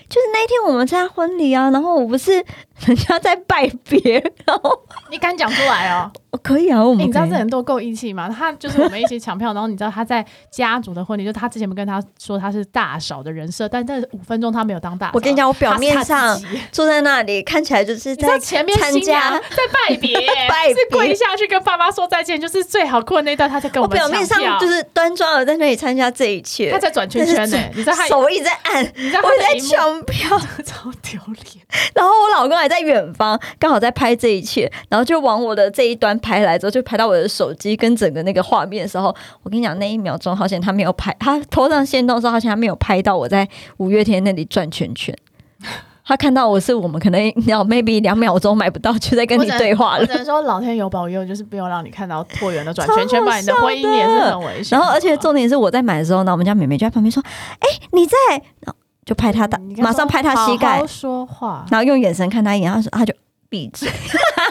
Speaker 1: 就是那一天我们参加婚礼啊，然后我不是人家在拜别，然后
Speaker 2: 你敢讲出来哦？
Speaker 1: 我可以啊，我
Speaker 2: 欸
Speaker 1: 们
Speaker 2: 你知道
Speaker 1: 可以
Speaker 2: 这人多够义气吗？他就是我们一起抢票，然后你知道他在家族的婚礼，就他之前不跟他说他是大嫂的人设，但这五分钟他没有当大嫂。
Speaker 1: 我跟你讲我表面
Speaker 2: 他
Speaker 1: 上
Speaker 2: 是他自己
Speaker 1: 坐在那里看起来就是
Speaker 2: 你知道
Speaker 1: 在
Speaker 2: 前面啊
Speaker 1: 参
Speaker 2: 新娘
Speaker 1: 加哦
Speaker 2: 在 拜别，
Speaker 1: 拜别
Speaker 2: 是跪下去跟爸妈说再见，就是最好过的那一段，他在跟
Speaker 1: 我
Speaker 2: 们
Speaker 1: 表面上
Speaker 2: 抢票
Speaker 1: 就是端庄的在那里参加这一切
Speaker 2: 他，在转圈圈呢、
Speaker 1: 但是
Speaker 2: 你知道他，
Speaker 1: 手一直在按，
Speaker 2: 你知道他
Speaker 1: 我在
Speaker 2: 的荧幕
Speaker 1: 抢票，
Speaker 2: 超丢脸。
Speaker 1: 然后我老公还在远方，刚好在拍这一切，然后就往我的这一端拍来之后，就拍到我的手机跟整个那个画面的时候，我跟你讲，那一秒钟好险他没有拍，他头上线动的时候，好险他没有拍到我在五月天那里转圈圈。 他看到我是我们可能要 maybe 两秒钟买不到，就在 跟
Speaker 2: 我
Speaker 1: 你
Speaker 2: 只能
Speaker 1: 对话
Speaker 2: 我
Speaker 1: 了
Speaker 2: 只。能说老天有保佑，就是不要让你看到拓元的转
Speaker 1: 超
Speaker 2: 圈圈，
Speaker 1: 好
Speaker 2: 不然你的婚姻
Speaker 1: 笑的
Speaker 2: 也是很危险。
Speaker 1: 然后，而且重点是我在买的时候呢，我们家妹妹就在旁边说：“哎、你在？”然后就拍她大，
Speaker 2: 嗯你跟他
Speaker 1: 马上
Speaker 2: 说
Speaker 1: 拍她膝盖，
Speaker 2: 好好说话。
Speaker 1: 然后用眼神看她一眼，她说：“她就闭嘴。”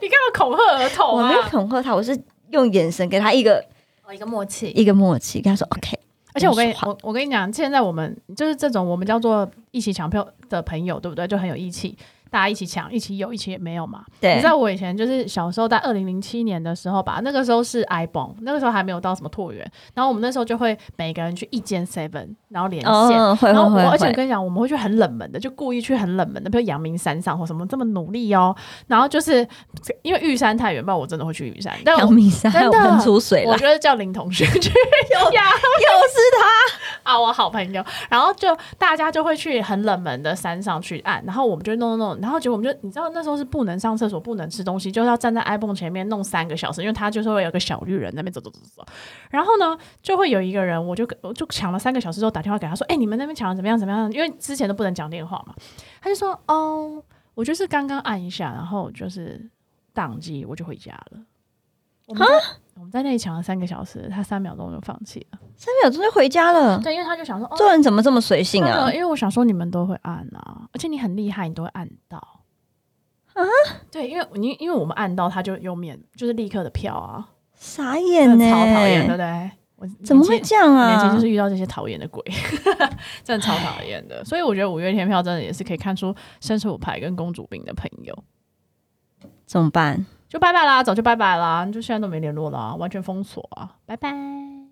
Speaker 2: 你干嘛恐吓儿童
Speaker 1: 我
Speaker 2: 啊？
Speaker 1: 没有恐吓他，我是用眼神给他一个
Speaker 2: 有一个默契。
Speaker 1: 一个默契，跟他说 OK。
Speaker 2: 而且我跟你
Speaker 1: 说话
Speaker 2: 我我跟你讲，现在我们就是这种我们叫做一起抢票的朋友，对不对？就很有义气，大家一起抢，一起有，一起也没有嘛。
Speaker 1: 对，
Speaker 2: 你知道我以前就是小时候，在二零零七年的时候吧，那个时候是 iPhone，那个时候还没有到什么拓元，然后我们那时候就会每个人去一间 Seven，然后连线。
Speaker 1: 嗯，会
Speaker 2: 然
Speaker 1: 会
Speaker 2: 后我，
Speaker 1: 会，
Speaker 2: 而且我
Speaker 1: 会
Speaker 2: 跟你讲，我们会去很冷门的，就故意去很冷门的，比如阳明山上或什么，这么努力哦。然后就是因为玉山太远，不然我真的会去玉山。但我
Speaker 1: 杨明山还有
Speaker 2: 真的
Speaker 1: 喷出水
Speaker 2: 我
Speaker 1: 来，
Speaker 2: 觉得叫林同学去
Speaker 1: 又
Speaker 2: 呀
Speaker 1: 是
Speaker 2: 啊，我好朋友，然后就大家就会去很冷门的山上去按，然后我们就弄弄弄，然后结果我们就你知道那时候是不能上厕所、不能吃东西，就是要站在 iPhone 前面弄三个小时，因为他就是会有个小绿人在那边走走走走，然后呢就会有一个人，我就我就抢了三个小时之后打电话给他说，哎、你们那边抢的怎么样怎么样？因为之前都不能讲电话嘛，他就说哦，我就是刚刚按一下，然后就是宕机，我就回家了。我们在我们在那里抢了三个小时，他三秒钟就放弃了。
Speaker 1: 他，三秒钟就回家了。
Speaker 2: 对，因为他就想说，哦，
Speaker 1: 做人怎么这么随性
Speaker 2: 真
Speaker 1: 啊
Speaker 2: 的？因为我想说你们都会按啊，而且你很厉害，你都会按到。
Speaker 1: 啊？
Speaker 2: 对，因为你因为我们按到，他就有免，就是立刻的票啊，
Speaker 1: 傻
Speaker 2: 真
Speaker 1: 眼呢
Speaker 2: 的，超讨厌，对不对？我
Speaker 1: 怎么会
Speaker 2: 年轻
Speaker 1: 这样
Speaker 2: 年前
Speaker 1: 啊
Speaker 2: 就？是遇到这些讨厌的鬼， 真的超讨厌的。所以我觉得五月天票真的也是可以看出绅士五牌跟公主病的朋友，
Speaker 1: 怎么办？
Speaker 2: 就拜拜啦，早就拜拜啦，就现在都没联络啦，完全封锁啊，拜拜。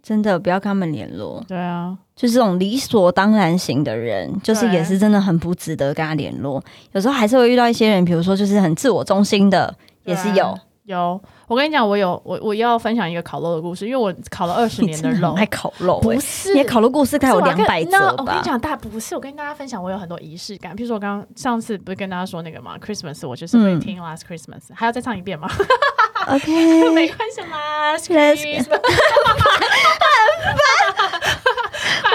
Speaker 1: 真的不要跟他们联络，
Speaker 2: 对啊，
Speaker 1: 就是这种理所当然型的人，就是
Speaker 2: 对
Speaker 1: 也是真的很不值得跟他联络。有时候还是会遇到一些人，比如说就是很自我中心的，也是
Speaker 2: 对啊
Speaker 1: 有。
Speaker 2: 有。我跟你讲，我有我我要分享一个烤肉的故事，因为我烤了二 十
Speaker 1: 你
Speaker 2: 年
Speaker 1: 真的
Speaker 2: 肉
Speaker 1: 很，爱烤肉、欸，
Speaker 2: 不是
Speaker 1: 你的烤肉故事大概有
Speaker 2: 是我要
Speaker 1: 两
Speaker 2: 跟
Speaker 1: 百
Speaker 2: no，
Speaker 1: 则
Speaker 2: 我跟你
Speaker 1: 吧？
Speaker 2: 讲，大不是我跟大家分享，我有很多仪式感。譬如说，我刚刚上次不是跟大家说那个嘛，Christmas，我就是会
Speaker 1: 嗯
Speaker 2: 听 Last Christmas，、还要再唱一遍 吗？ 没
Speaker 1: OK，
Speaker 2: 关系，Last
Speaker 1: Let's-
Speaker 2: Christmas，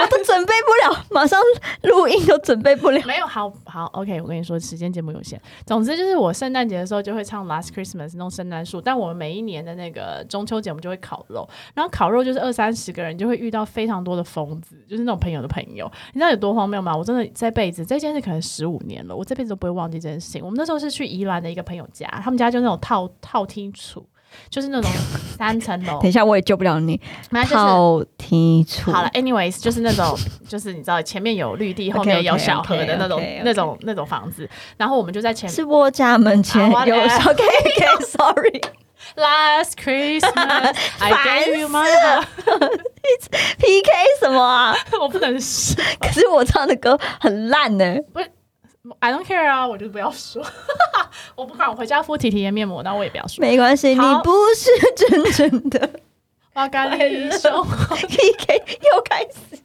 Speaker 1: 我都准备不了，马上录音都准备不了。
Speaker 2: 没有，好好，OK，我跟你说，时间节目有限。总之就是我圣诞节的时候就会唱 Last Christmas 弄圣诞树，但我们每一年的那个中秋节我们就会烤肉，然后烤肉就是二三十个人就会遇到非常多的疯子，就是那种朋友的朋友，你知道有多荒谬吗？我真的这辈子这件事可能十五年了，我这辈子都不会忘记这件事情。我们那时候是去宜兰的一个朋友家，他们家就那种套套厅处。就是那种三层楼
Speaker 1: 等，一下我也救不了你，
Speaker 2: 反正就是
Speaker 1: 跑题处。
Speaker 2: 好了，anyways，就是那种，就是你知道前面有绿地，后
Speaker 1: OK，OK，
Speaker 2: 面有小河的那种
Speaker 1: OK，OK，OK
Speaker 2: 那种那种房子，然后我们就在前面。
Speaker 1: 是我家门前
Speaker 2: 好
Speaker 1: 有
Speaker 2: whatever
Speaker 1: OK OK，Sorry，
Speaker 2: Last Christmas, I
Speaker 1: 烦
Speaker 2: gave you my heart。
Speaker 1: PK 什么 啊？
Speaker 2: 我不能说
Speaker 1: 可是我唱的歌很烂呢、
Speaker 2: ，I don't care 啊，我就不要说， 我不管，我回家敷体体颜面膜，然后我也不要说。
Speaker 1: 没关系，你
Speaker 2: 好
Speaker 1: 不是真正 的
Speaker 2: 哇咖喱 生活，
Speaker 1: PK，又开始。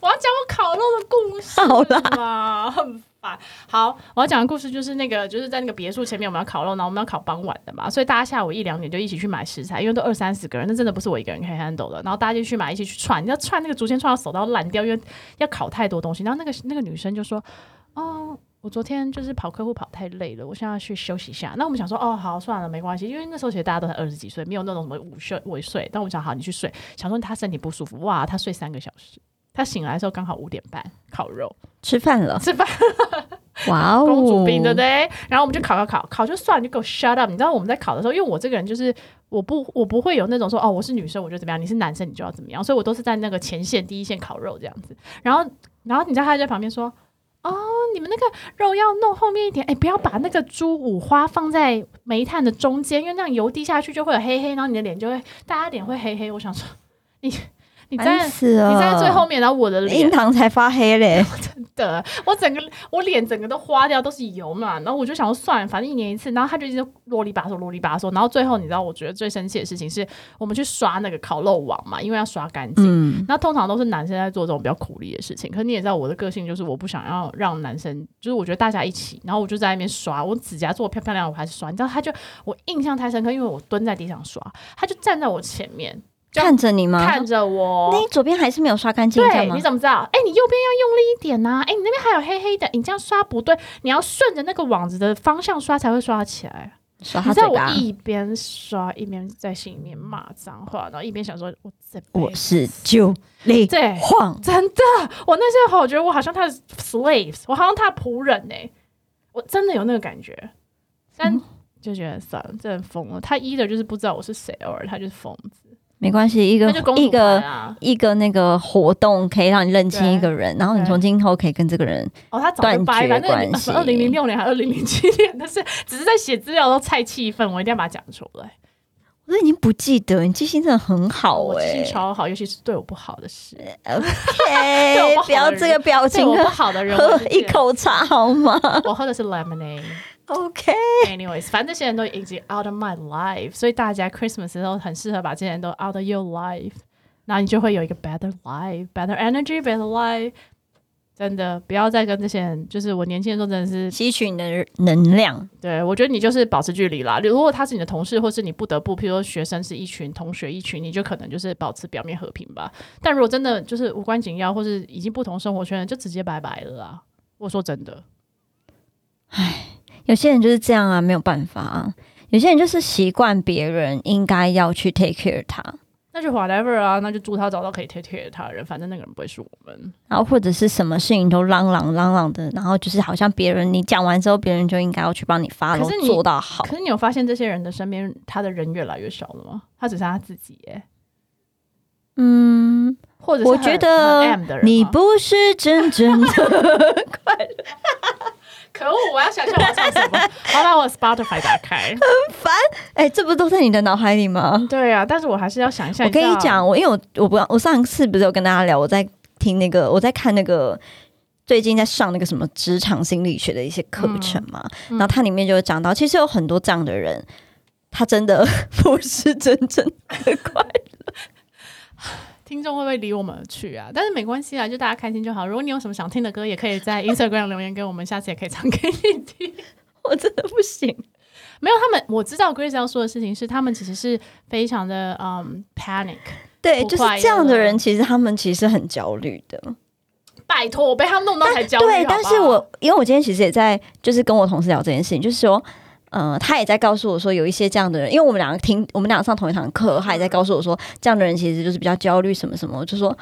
Speaker 2: 我要讲我烤肉的故事，
Speaker 1: 好啦
Speaker 2: 啦，很烦。好，我要讲的故事就是那个，就是在那个别墅前面我们要烤肉，然后我们要烤傍晚的嘛，所以大家下午一两点就一起去买食材，因为都二三十个人，那真的不是我一个人可以 handle 的。然后大家就去买，一起去串，你要串那个竹签串到手都要烂掉，因为要烤太多东西。然后那个那个女生就说：“哦。”我昨天就是跑客户跑太累了，我现在要去休息一下。那我们想说，哦，好，算了，没关系，因为那时候其实大家都才二十几岁，没有那种什么午睡午睡。但我们想，好，你去睡。想说她身体不舒服，哇，她睡三个小时。他醒来的时候刚好五点半，烤肉，
Speaker 1: 吃饭了，
Speaker 2: 吃饭
Speaker 1: 哇哦，
Speaker 2: 公主病对不对？然后我们就烤烤烤烤就算，了，就给我 shut up。你知道我们在烤的时候，因为我这个人就是我不我不会有那种说哦我是女生我就怎么样，你是男生你就要怎么样，所以我都是在那个前线第一线烤肉这样子。然后然后你知道他就在旁边说。哦，你们那个肉要弄后面一点，哎，不要把那个猪五花放在煤炭的中间，因为那样油滴下去就会有黑黑，然后你的脸就会，大家脸会黑黑。我想说，你你在
Speaker 1: 烦死了！
Speaker 2: 你站在最后面，然后我的脸
Speaker 1: 印堂才发黑 嘞，
Speaker 2: 的，我整个我脸整个都花掉，都是油嘛。然后我就想说算了，反正一年一次。然后他就一直啰里吧嗦，啰里吧嗦。然后最后你知道，我觉得最生气的事情是我们去刷那个烤肉网嘛，因为要刷干净。
Speaker 1: 嗯，
Speaker 2: 那通常都是男生在做这种比较苦力的事情，可是你也知道我的个性就是我不想要让男生，就是我觉得大家一起，然后我就在那边刷，我指甲做得漂漂亮，亮，我还是刷。你知道他就我印象太深刻，因为我蹲在地上刷，他就站在我前面就
Speaker 1: 看着你吗？
Speaker 2: 看着我，
Speaker 1: 那你左边还是没有刷干净，这样
Speaker 2: 对，
Speaker 1: 吗
Speaker 2: 你？怎么知道？哎、你右边要用力一点呐、哎、你那边还有黑黑的，你这样刷不对，你要顺着那个网子的方向刷才会刷起来。
Speaker 1: 刷
Speaker 2: 你
Speaker 1: 他
Speaker 2: 知
Speaker 1: 哦嘴
Speaker 2: 道我
Speaker 1: 巴，
Speaker 2: 一边刷一边在心里面骂脏话，然后一边想说，我这辈
Speaker 1: 我是九零
Speaker 2: 对，
Speaker 1: 晃，
Speaker 2: 真的，我那时候我觉得我好像他的 slaves，我好像他的仆人呢、我真的有那个感觉，但。就觉得算了，真的疯了。他一的就是不知道我是谁，偶尔他就是疯子，
Speaker 1: 没关系，一
Speaker 2: 他
Speaker 1: 个
Speaker 2: 就公主
Speaker 1: 一
Speaker 2: 牌
Speaker 1: 个。
Speaker 2: 啊！
Speaker 1: 一个那个活动可以让你认清一个人，然后你
Speaker 2: 对
Speaker 1: 从今后可以跟这个人，
Speaker 2: 哦，他早就掰了，
Speaker 1: 断绝
Speaker 2: 那
Speaker 1: 关系
Speaker 2: 呃二零零六年还二零零七年， 但是只是在写资料都菜气氛，我一定要把它讲出来。
Speaker 1: 我都已经不记得，你记性真的很好
Speaker 2: 我记
Speaker 1: 哎
Speaker 2: 性、超好，尤其是对我不好的事，
Speaker 1: OK，
Speaker 2: 我不好的
Speaker 1: 不要这个表
Speaker 2: 对
Speaker 1: 情
Speaker 2: 我不
Speaker 1: 了，
Speaker 2: 好的人，我
Speaker 1: 呃喝
Speaker 2: 就
Speaker 1: 一
Speaker 2: 觉得，
Speaker 1: 口茶好吗
Speaker 2: 我喝的是 lemonade。
Speaker 1: ？OK，
Speaker 2: Anyways，反正这些人都已经 out of my life，所以大家 Christmas 的时候很适合把这些人都 out of your life，然后你就会有一个 better life，better energy，better life。真的不要再跟这些人，就是我年轻的时候真的是
Speaker 1: 吸取你的能量，
Speaker 2: 对，我觉得你就是保持距离啦。如果他是你的同事，或是你不得不，譬如说学生是一群，同学一群，你就可能就是保持表面和平吧。但如果真的就是无关紧要，或是已经不同生活圈了，就直接拜拜了啊！我说真的，
Speaker 1: 有些人就是这样啊，没有办法啊。有些人就是习惯别人应该要去 take care 他，
Speaker 2: 那就 whatever 啊，那就祝他找到可以贴贴他的人，反正那个人不会是我们。
Speaker 1: 然后或者是什么事情都朗朗朗朗的，然后就是好像别人你讲完之后，别人就应该要去帮你发
Speaker 2: 可是
Speaker 1: 了
Speaker 2: 你
Speaker 1: 做到好。
Speaker 2: 可是你有发现这些人的身边，他的人越来越少了吗？他只剩他自己耶、
Speaker 1: 嗯，
Speaker 2: 或者是
Speaker 1: 我
Speaker 2: 很
Speaker 1: 觉得
Speaker 2: 很 M 的人吗，
Speaker 1: 你不是真正的 快乐，
Speaker 2: 可恶！我要想想我要唱什么， 好把我 Spotify 打开。
Speaker 1: 哎，这不都在你的脑海里吗？
Speaker 2: 对啊，但是我还是要想一下。
Speaker 1: 我跟
Speaker 2: 知
Speaker 1: 你
Speaker 2: 道
Speaker 1: 讲，我因为我我不我上次不是有跟大家聊，我在听那个我在看那个最近在上那个什么职场心理学的一些课程嘛，
Speaker 2: 嗯
Speaker 1: 然后它里面就有讲到，其实有很多这样的人，他真的 不是真正的快乐。
Speaker 2: 听众会不会离我们而去啊？但是没关系啊，就大家开心就好。如果你有什么想听的歌，也可以在 Instagram 留言给我们，下次也可以唱给你听。
Speaker 1: 我真的不行，
Speaker 2: 没有他们，我知道 Grace 要说的事情是，他们其实是非常的嗯 panic。
Speaker 1: 对，
Speaker 2: 不
Speaker 1: 就是
Speaker 2: 快乐
Speaker 1: 这样的人，其实他们其实很焦虑的。
Speaker 2: 拜托，我被他们弄到才焦虑。
Speaker 1: 对，
Speaker 2: 好不好
Speaker 1: 但是我因为我今天其实也在就是跟我同事聊这件事情，就是说，呃，他也在告诉我说，有一些这样的人，因为我们两个听我们两个上同一堂课，他也在告诉我说，这样的人其实就是比较焦虑什么什么，我就说，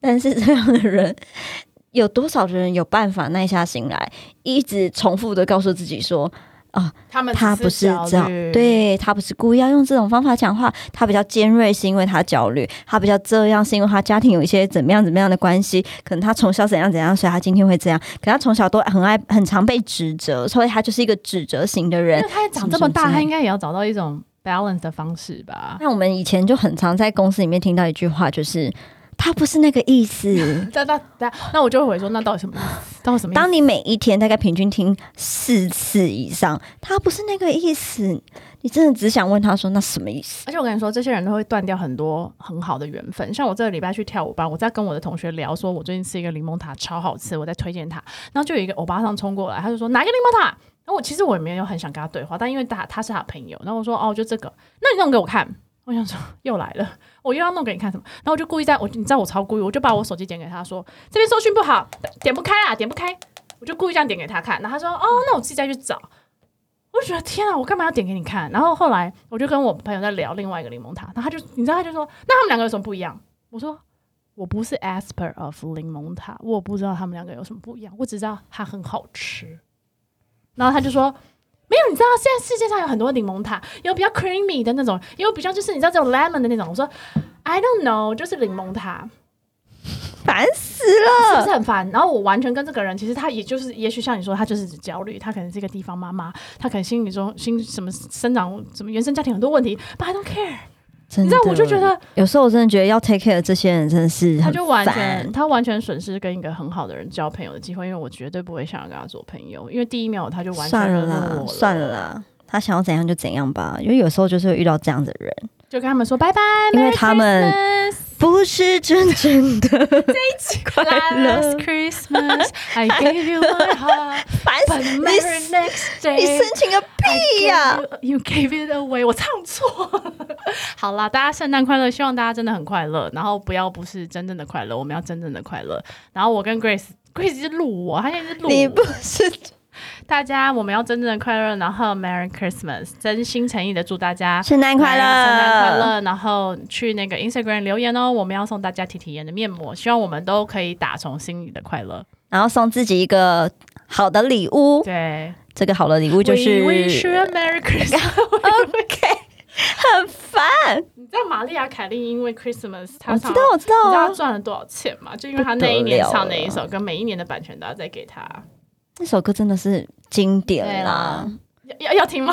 Speaker 1: 但是这样的人。有多少的人有办法耐下心来，一直重复的告诉自己说：“哦，
Speaker 2: 他们
Speaker 1: 他
Speaker 2: 只
Speaker 1: 不是
Speaker 2: 焦
Speaker 1: 这样
Speaker 2: 虑，
Speaker 1: 对他不是故意要用这种方法讲话，他比较尖锐是因为他焦虑，他比较这样是因为他家庭有一些怎么样怎么样的关系，可能他从小怎样怎样，所以他今天会这样。可他从小都很爱很常被指责，所以他就是一个指责型的
Speaker 2: 因
Speaker 1: 人
Speaker 2: 为。他也长
Speaker 1: 什么
Speaker 2: 这么
Speaker 1: 什
Speaker 2: 大，
Speaker 1: 么之
Speaker 2: 他
Speaker 1: 类
Speaker 2: 应该也要找到一种 balance 的方式吧。
Speaker 1: 那我们以前就很常在公司里面听到一句话，就是他不是那个意 思。
Speaker 2: 那那那那我就会回说，那到底什么意思？到底什么意思？
Speaker 1: 当你每一天大概平均听四次以上，他不是那个意思，你真的只想问他说那什么意思？
Speaker 2: 而且我跟你说，这些人都会断掉很多很好的缘分。像我这个礼拜去跳舞班，我在跟我的同学聊，说我最近吃一个柠檬塔超好吃，我在推荐它。然后就有一个欧巴桑冲过来，他就说哪一个柠檬塔？然后我其实我也没有很想跟他对话，但因为他他是他朋友，然后我说哦就这个，那你弄给我看。我想说又来了，我又要弄给你看什么？然后我就故意在我你知道我超故意，我就把我手机点给他说这边搜讯不好，点不开啊，点不开。我就故意这样点给他看，然后他说哦那我自己再去找。我就觉得天啊，我干嘛要点给你看？然后后来我就跟我朋友在聊另外一个柠檬塔，然后他就你知道他就说，那他们两个有什么不一样？我说我不是 asper of 柠檬塔，我不知道他们两个有什么不一样，我只知道它很好吃。然后他就说。没有，你知道现在世界上有很多柠檬塔，有比较 creamy 的那种，也有比较就是你知道这种 lemon 的那种。我说 I don't know，就是柠檬塔，
Speaker 1: 烦死了！
Speaker 2: 是不是很烦？然后我完全跟这个人，其实他也就是，也许像你说，他就是焦虑，他可能是一个地方妈妈，他可能心理中心什么生长什么原生家庭很多问题，but I don't care。
Speaker 1: 真
Speaker 2: 你
Speaker 1: 的，
Speaker 2: 知道，我就觉得
Speaker 1: 有嗯时候我真的觉得要 take care 这些人真的是
Speaker 2: 他
Speaker 1: 很
Speaker 2: 就完
Speaker 1: 烦
Speaker 2: 全他完全损失跟一个很好的人交朋友的机会，因为我绝对不会想要跟他做朋友，因为第一秒他就完全
Speaker 1: 算了
Speaker 2: 惹怒
Speaker 1: 啦
Speaker 2: 我，
Speaker 1: 算了，啦，他想要怎样就怎样吧，因为有时候就是会遇到这样的人，
Speaker 2: 就跟他们说拜拜，
Speaker 1: 因为他们
Speaker 2: Merry
Speaker 1: 不是真 正的快
Speaker 2: Christmas，Last
Speaker 1: 乐，
Speaker 2: Christmas，I gave you my heart，
Speaker 1: 烦
Speaker 2: but
Speaker 1: 死
Speaker 2: Merry
Speaker 1: 你！
Speaker 2: next day。
Speaker 1: 你申请个
Speaker 2: I
Speaker 1: 屁
Speaker 2: gave
Speaker 1: 呀、
Speaker 2: You you gave it away，我唱错。 好啦，大家圣诞快乐！希望大家真的很快乐，然后不要不是真正的快乐，我们要真正的快乐。然后我跟 Grace，Grace 是录我，她现在是录
Speaker 1: 你
Speaker 2: 我
Speaker 1: 不是
Speaker 2: 大家，我们要真正的快乐，然后 Merry Christmas，真心诚意的祝大家
Speaker 1: 圣诞快乐，
Speaker 2: 啊圣诞快！乐！然后去那个 Instagram 留言哦，我们要送大家体体验的面膜，希望我们都可以打从心里的快乐。
Speaker 1: 然后送自己一个好的礼物，
Speaker 2: 对，
Speaker 1: 这个好的礼物就是
Speaker 2: We wish you a Merry Christmas。
Speaker 1: OK，很烦。
Speaker 2: 你知道玛丽亚·凯莉因为 Christmas，她
Speaker 1: 我知
Speaker 2: 常
Speaker 1: 道，我知道
Speaker 2: 你知道
Speaker 1: 啊
Speaker 2: 他，赚了多少钱吗？就因为他那一年
Speaker 1: 不得了
Speaker 2: 唱那一首歌，每一年的版权都要再给他。
Speaker 1: 那首歌真的是经
Speaker 2: 对
Speaker 1: 典啦
Speaker 2: 啦。要要要 听吗？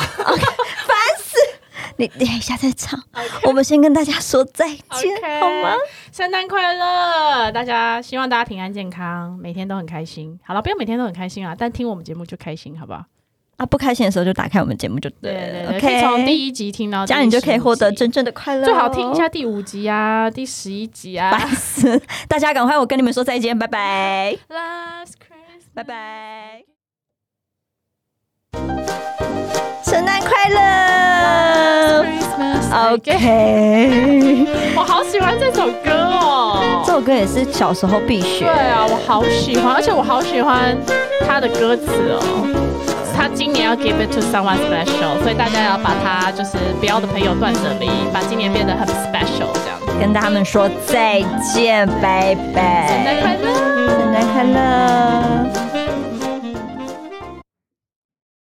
Speaker 1: 你你下次唱，我们先跟大家说再见
Speaker 2: OK
Speaker 1: 好吗？？
Speaker 2: 圣诞快乐，大家！希望大家平安健康，每天都很开心。好了，不要每天都很开心啊，但听我们节目就开心，好不好？
Speaker 1: 啊，不开心的时候就打开我们节目就
Speaker 2: 对对
Speaker 1: 了。
Speaker 2: 对
Speaker 1: OK，
Speaker 2: 可以从第一集听到
Speaker 1: 这样你就可以获得
Speaker 2: 真，
Speaker 1: 真正的快乐哦。
Speaker 2: 最好听一下第五集啊，第十一集啊。
Speaker 1: 烦死！大家赶快，我跟你们说再见，拜拜，
Speaker 2: Last Christmas，
Speaker 1: 拜。拜，圣诞快乐。
Speaker 2: Christmas again，
Speaker 1: OK，
Speaker 2: 我好喜欢这首歌哦。
Speaker 1: 这首歌也是小时候必学
Speaker 2: 对。啊，我好喜欢，而且我好喜欢他的歌词哦。他今年要 give it to someone special，所以大家要把他就是不要的朋友断舍离，把今年变得很 special 这样子。
Speaker 1: 跟他们说再见，拜拜，
Speaker 2: 圣诞快乐！
Speaker 1: 圣诞快乐。